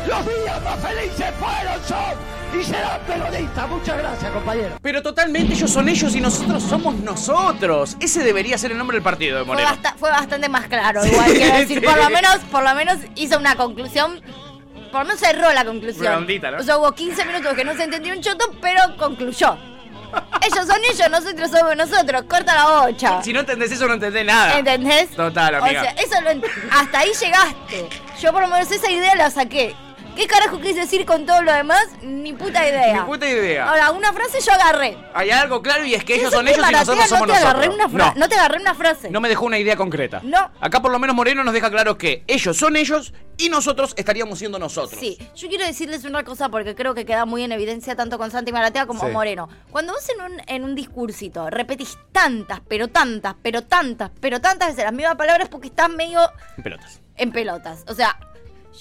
los días más felices fueron, son y serán peronistas. Muchas gracias, compañero. Pero totalmente ellos son ellos y nosotros somos nosotros. Ese debería ser el nombre del partido de Fue, Moreno. basta- fue bastante más claro, igual quiero decir. Por lo menos, por lo menos hizo una conclusión. Por lo menos cerró la conclusión. Redondita, ¿no? O sea, hubo 15 minutos que no se entendió un choto, pero concluyó. Ellos son ellos, nosotros somos nosotros. Corta la bocha. Si no entendés eso, no entendés nada. ¿Entendés? Total, amiga. O sea, eso lo ent- hasta ahí llegaste. Yo por lo menos esa idea la saqué. ¿Qué carajo quise decir con todo lo demás? Ni puta idea. Ni puta idea. Ahora, una frase yo agarré. Hay algo claro y es que ellos Eso son fue ellos y para nosotros ti, somos no te agarré nosotros. Una fra- no. no, te agarré una frase. no me dejó una idea concreta. No. Acá por lo menos Moreno nos deja claro que ellos son ellos y nosotros estaríamos siendo nosotros. Sí, yo quiero decirles una cosa porque creo que queda muy en evidencia tanto con Santi Maratea como Sí. Moreno. Cuando vos en un, en un discursito repetís tantas, pero tantas, pero tantas, pero tantas veces las mismas palabras porque estás medio Pelotas. en pelotas. O sea,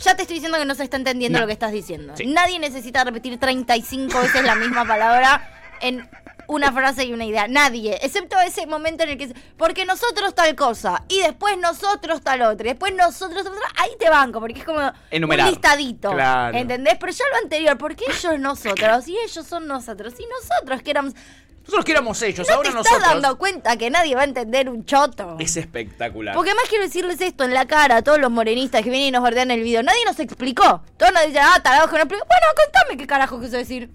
ya te estoy diciendo que no se está entendiendo No. lo que estás diciendo. Sí. Nadie necesita repetir 35 veces la misma palabra en una frase y una idea. Nadie. Excepto ese momento en el que... se- Porque nosotros tal cosa. Y después nosotros tal otra. Y después nosotros tal otra. Ahí te banco. Porque es como Enumerado. un listadito. Claro. ¿Entendés? Pero ya lo anterior. Porque ellos nosotros. Y ellos son nosotros. Y nosotros que éramos... Nosotros que éramos ellos, ¿No Pues ahora te nosotros. estás dando cuenta que nadie va a entender un choto? Es espectacular. Porque además quiero decirles esto en la cara a todos los morenistas que vienen y nos bordean el video. Nadie nos explicó. Todos nos dicen, ah, tarados que no explicó. Bueno, contame qué carajo quiso decir.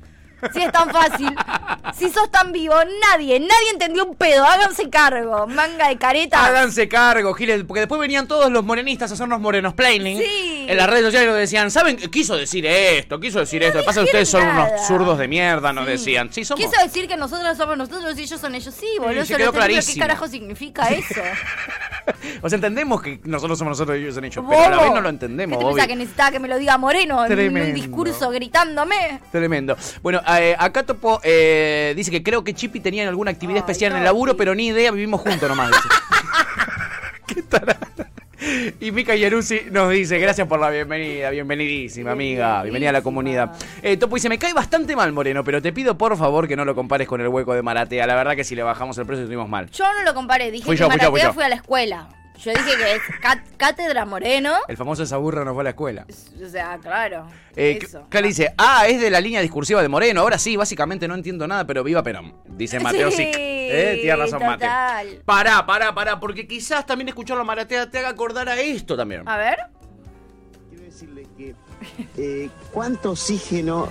Si es tan fácil, si sos tan vivo, nadie, nadie entendió un pedo. Háganse cargo, manga de careta. Háganse cargo, Giles, porque después venían todos los morenistas a hacernos morenos planning. Sí. En las redes sociales nos decían, ¿saben? Quiso decir esto, quiso decir esto. De paso, ustedes son dijeron unos nada. zurdos de mierda, nos decían. Sí, somos. Quiso decir que nosotros somos nosotros y ellos son ellos. Sí, boludo, se yo quedó lo entendí, pero ¿qué clarísimo. carajo significa eso? O sea, entendemos que nosotros somos nosotros y ellos son ellos, pero Bobo. a la vez no lo ¿Qué entendemos, te Bobby. pensás que necesitaba que me lo diga Moreno en Tremendo. un discurso gritándome? Tremendo. Bueno, eh, acá Topo eh, dice que creo que Chippy tenía alguna actividad especial en el laburo, pero ni idea, vivimos juntos nomás. dice. Qué tarada. Y Mika Yeruzzi nos dice, gracias por la bienvenida, bienvenidísima amiga, bienvenida a la comunidad. Eh, Topo dice, me cae bastante mal Moreno, pero te pido por favor que no lo compares con el hueco de Maratea. La verdad que si le bajamos el precio estuvimos mal. Yo no lo comparé, dije Fui que yo, fui yo, fui Maratea yo. fue a la escuela. Yo dije que es cát- Cátedra Moreno. El famoso esa burra no fue a la escuela. O sea, claro. Eh, eso. Cali dice, ah, es de la línea discursiva de Moreno. Ahora sí, básicamente no entiendo nada, pero viva Perón. Dice Mateo Sic. Eh, tiene razón, Mateo. total. Pará, pará, pará, porque quizás también escucharlo a Maratea te haga acordar a esto también. A ver. Eh, ¿Cuánto oxígeno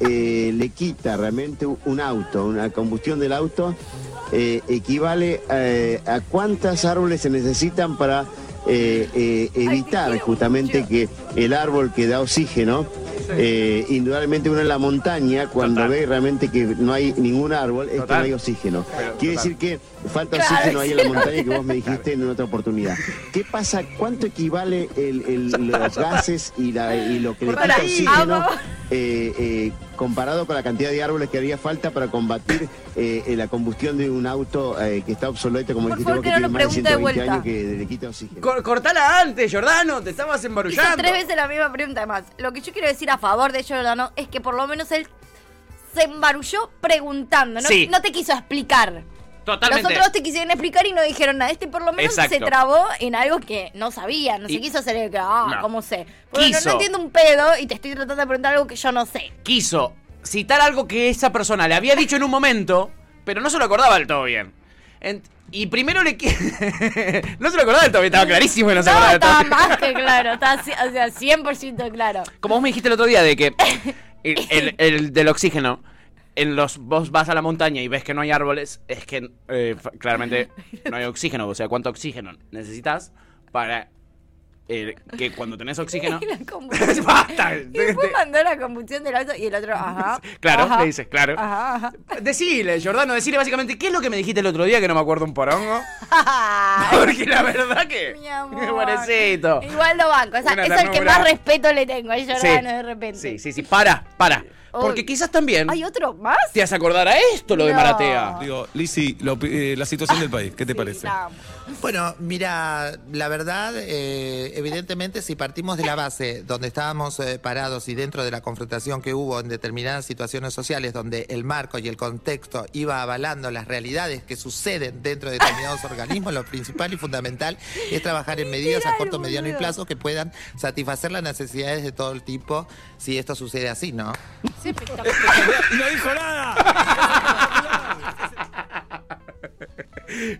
eh, le quita realmente u- un auto, una combustión del auto? eh, equivale eh, a cuántas árboles se necesitan para eh, eh, evitar justamente que el árbol que da oxígeno, eh, indudablemente uno en la montaña, cuando ve realmente que no hay ningún árbol, es que no hay oxígeno. Quiere decir que falta Claro, oxígeno ahí en la sí, montaña que obvio. vos me dijiste en otra oportunidad. ¿Qué pasa? ¿Cuánto equivale el- el- los gases y, la- y lo que le Para quita ahí. oxígeno Ah, vamos. eh, eh, comparado con la cantidad de árboles que haría falta para combatir eh, eh, la combustión de un auto eh, que está obsoleto, como dijiste favor, vos, que que no tiene lo más de pregunte de 120 vuelta. años que le quita oxígeno? Cor- cortala antes, Jordano, te estabas Hizo embarullando. tres veces la misma pregunta además. Lo que yo quiero decir a favor de Giordano es que por lo menos él se embarulló preguntando. No, Sí. no te quiso explicar. Totalmente. Los otros te quisieron explicar y no dijeron nada. Este por lo menos se Exacto. trabó en algo que no sabía. No se Y- quiso hacer el que, ah, No. ¿cómo sé? Bueno, no, Quiso. entiendo un pedo y te estoy tratando de preguntar algo que yo no sé. Quiso citar algo que esa persona le había dicho en un momento, pero no se lo acordaba del todo bien. Ent- y primero le... qui- no se lo acordaba del todo bien, estaba clarísimo que no se No, acordaba del todo estaba bien. más que claro. Estaba, ci- o sea, 100% claro. Como vos me dijiste el otro día de que el, el- el del oxígeno, en los vos vas a la montaña y ves que no hay árboles, es que eh, fa- claramente no hay oxígeno. O sea, ¿cuánto oxígeno necesitas para eh, que cuando tenés oxígeno... Y la combustión. ¡Basta! Y después mandó la combustión del auto y el otro, ajá. Claro, ajá, le dices, claro. Ajá, ajá. Decile, Jordano, decile básicamente, ¿qué es lo que me dijiste el otro día que no me acuerdo un porongo? Porque la verdad que... Mi amor. Pobrecito. Igual lo banco. O sea, Una es el que ternura. más respeto le tengo a Giordano Sí. de repente. Sí, sí, sí, para, para. Porque Uy. quizás también ¿Hay otro más? te vas a acordar a esto, lo de No. Maratea. Digo, Lizzy, la opi- eh, la situación del país, ¿qué te parece? Bueno, mira, la verdad, eh, evidentemente, si partimos de la base donde estábamos eh, parados y dentro de la confrontación que hubo en determinadas situaciones sociales, donde el marco y el contexto iba avalando las realidades que suceden dentro de determinados organismos, lo principal y fundamental es trabajar en medidas a corto, mediano y plazo que puedan satisfacer las necesidades de todo el tipo, si esto sucede así, ¿no? ¡No dijo nada!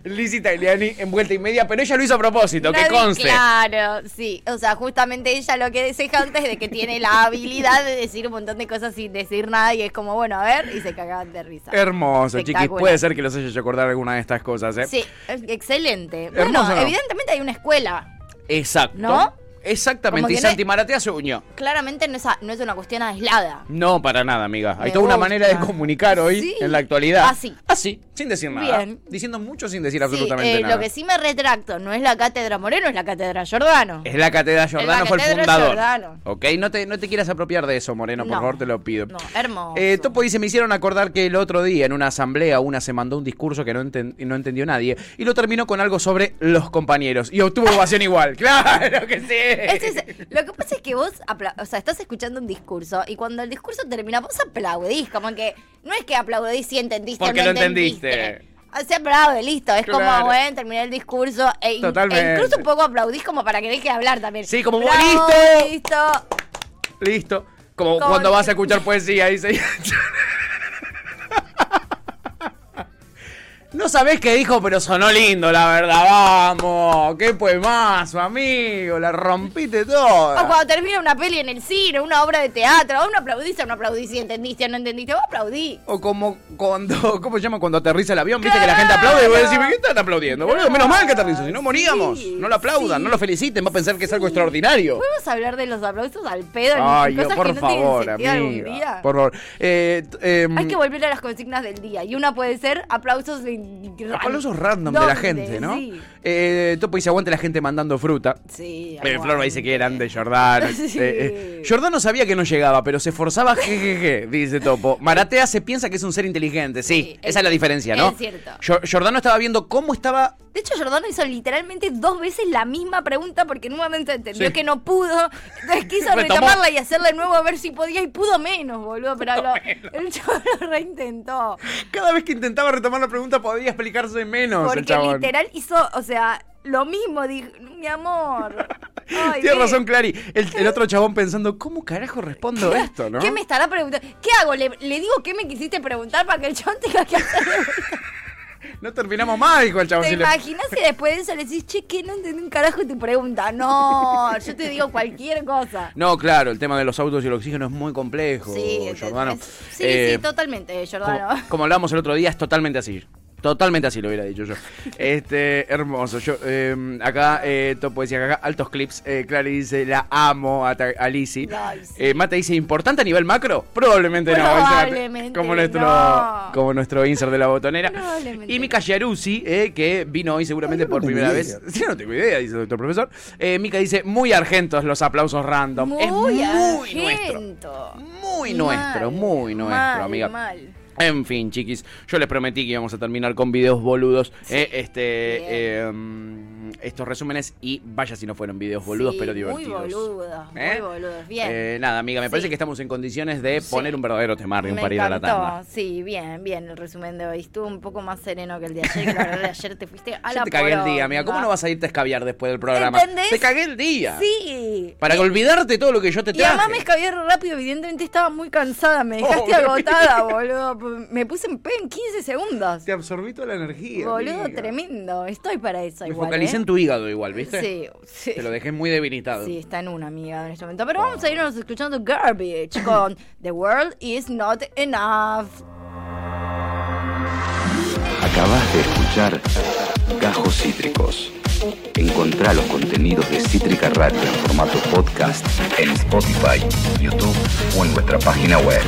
Lizzie Tagliani en vuelta y media, pero ella lo hizo a propósito, que Nadie- conste. Claro, sí. O sea, justamente ella lo que deseja antes de que tiene la habilidad de decir un montón de cosas sin decir nada y es como, bueno, a ver, y se cagaban de risa. Hermoso, chiquis. Espectacular. Puede ser que los haya hecho acordar alguna de estas cosas, ¿eh? Sí, es- excelente. Hermoso, bueno, ¿no? evidentemente hay una escuela. Exacto. ¿No? Como Exactamente. que Y no- Santi Maratea se unió. Claramente no es, a- no es una cuestión aislada. No, para nada, amiga. Hay Me toda una gusta. manera de comunicar hoy Sí. en la actualidad. Así. Así, sin decir nada. Bien. Diciendo mucho sin decir Sí, absolutamente eh, nada. lo que sí me retracto no es la cátedra Moreno, es la cátedra Giordano. Es la Catedral Jordano, fue el Catedral fundador. Giordano. Ok, no te, no te quieras apropiar de eso, Moreno, por No. favor, te lo pido. No, hermoso. Eh, Topo dice, me hicieron acordar que el otro día en una asamblea una se mandó un discurso que no, enten- no entendió nadie y lo terminó con algo sobre los compañeros y obtuvo ovación igual. Claro que sí. Ese es- lo que pasa es que vos, apla- o sea, estás escuchando un discurso y cuando el discurso termina, vos aplaudís, como que no es que aplaudís si entendiste o Porque no lo entendiste. O sea, aplaude, listo, es Claro. como, bueno, terminé el discurso e, in- e Totalmente. incluso un poco aplaudís como para que deje de hablar también. Sí, como, Bravo, listo. listo. Listo. Como Con- cuando vas a escuchar poesía, dice. No sabés qué dijo, pero sonó lindo, la verdad. Vamos, qué poemazo, amigo. La rompiste O toda. cuando termina una peli en el cine, una obra de teatro, uno aplaudís o no aplaudís si entendiste o no entendiste, vos aplaudís. O como cuando, ¿cómo se llama? Cuando aterriza el avión, viste que la gente aplaude y vos decís, ¿qué están aplaudiendo? Boludo, menos mal que aterrizó, si no moríamos. no lo aplaudan, no lo feliciten, va a pensar que es algo extraordinario. ¿Podemos hablar de los aplausos al pedo? en Ay, cosas por que no tienen favor, sentido algún amiga. día? Por favor. Eh, t- em, Hay que volver a las consignas del día. Y una puede ser aplausos. en- Aplausos random de la ¿Dónde? gente, ¿no? Sí. Eh, Topo dice, aguante la gente mandando fruta. Sí, Eh, Flor me dice que eran de Jordano. Sí. Eh, eh, Jordano sabía que no llegaba, pero se forzaba jejeje, dice Topo. Maratea se piensa que es un ser inteligente. Sí, esa es la diferencia, ¿no? es cierto. Jo- Jordano estaba viendo cómo estaba. De hecho, Jordano hizo literalmente dos veces la misma pregunta porque en un momento entendió Sí. que no pudo. Entonces quiso Retomó. retomarla y hacerla de nuevo a ver si podía y pudo menos, boludo. Pero lo- el chavo lo reintentó. Cada vez que intentaba retomar la pregunta podía explicarse menos. el Porque chabón. literal hizo, o sea, lo mismo. Dijo, mi amor. Ay, Tienes ve, razón, Clary. El, el otro chabón pensando, ¿cómo carajo respondo esto, no? ¿Qué me estará preguntando? ¿Qué hago? ¿Le, le digo qué me quisiste preguntar para que el chabón tenga que hacer No terminamos más, dijo el chabón. ¿Te si le- imaginas si después de eso le decís, che, que no entendí un carajo tu pregunta? No, yo te digo cualquier cosa. No, claro, el tema de los autos y el oxígeno es muy complejo, Sí, es- Jordano. Sí, Eh, sí, totalmente, Jordano. como, como hablábamos el otro día, es totalmente así. Totalmente así lo hubiera dicho yo. Este, hermoso. Yo, eh, acá, eh, Topo decía acá, altos clips. Eh, Clary dice, la amo a, ta- a Lizzy. Ay, sí. Eh, Mate dice, ¿importante a nivel macro? Probablemente, no. Probablemente Como nuestro, no. como nuestro insert de la botonera. Probablemente. Y Mika Yaruzzi, eh, que vino hoy seguramente por tengo primera idea. vez. Sí, no tengo idea, dice el doctor profesor. Eh, Mika dice, muy argentos los aplausos random. es muy nuestro. muy nuestro, muy nuestro, mal, amiga. mal. En fin, chiquis, yo les prometí que íbamos a terminar con videos boludos. eh, este, eh, mm, estos resúmenes y vaya si no fueron videos boludos, Sí, pero divertidos. Muy boludos, ¿Eh? muy boludos. Bien. Eh, nada, amiga, me parece que estamos en condiciones de poner un verdadero temarrium Me para ir a la encantó. tanda. Sí, bien, bien el resumen de hoy. Estuvo un poco más sereno que el de ayer, que la verdad de ayer te fuiste a la Yo te cagué el día, amiga. ¿Cómo no vas a irte a escabiar después del programa? ¿Entendés? Te cagué el día. Sí. Para que olvidarte todo lo que yo te Y además me traje. escabé rápido, evidentemente estaba muy cansada, me dejaste Pobre agotada, mía. boludo. Me puse en pe en 15 segundos. Te absorbí toda la energía. Boludo, amiga. tremendo. Estoy para eso Me igual. focalicé ¿eh? en tu hígado igual, ¿viste? Sí, sí. Te lo dejé muy debilitado. Sí, está en una, amiga, en este momento. Pero vamos a irnos escuchando Garbage con The World Is Not Enough. Acabas de escuchar Gajos Cítricos. Encontrá los contenidos de Cítrica Radio en formato podcast en Spotify, YouTube o en nuestra página web.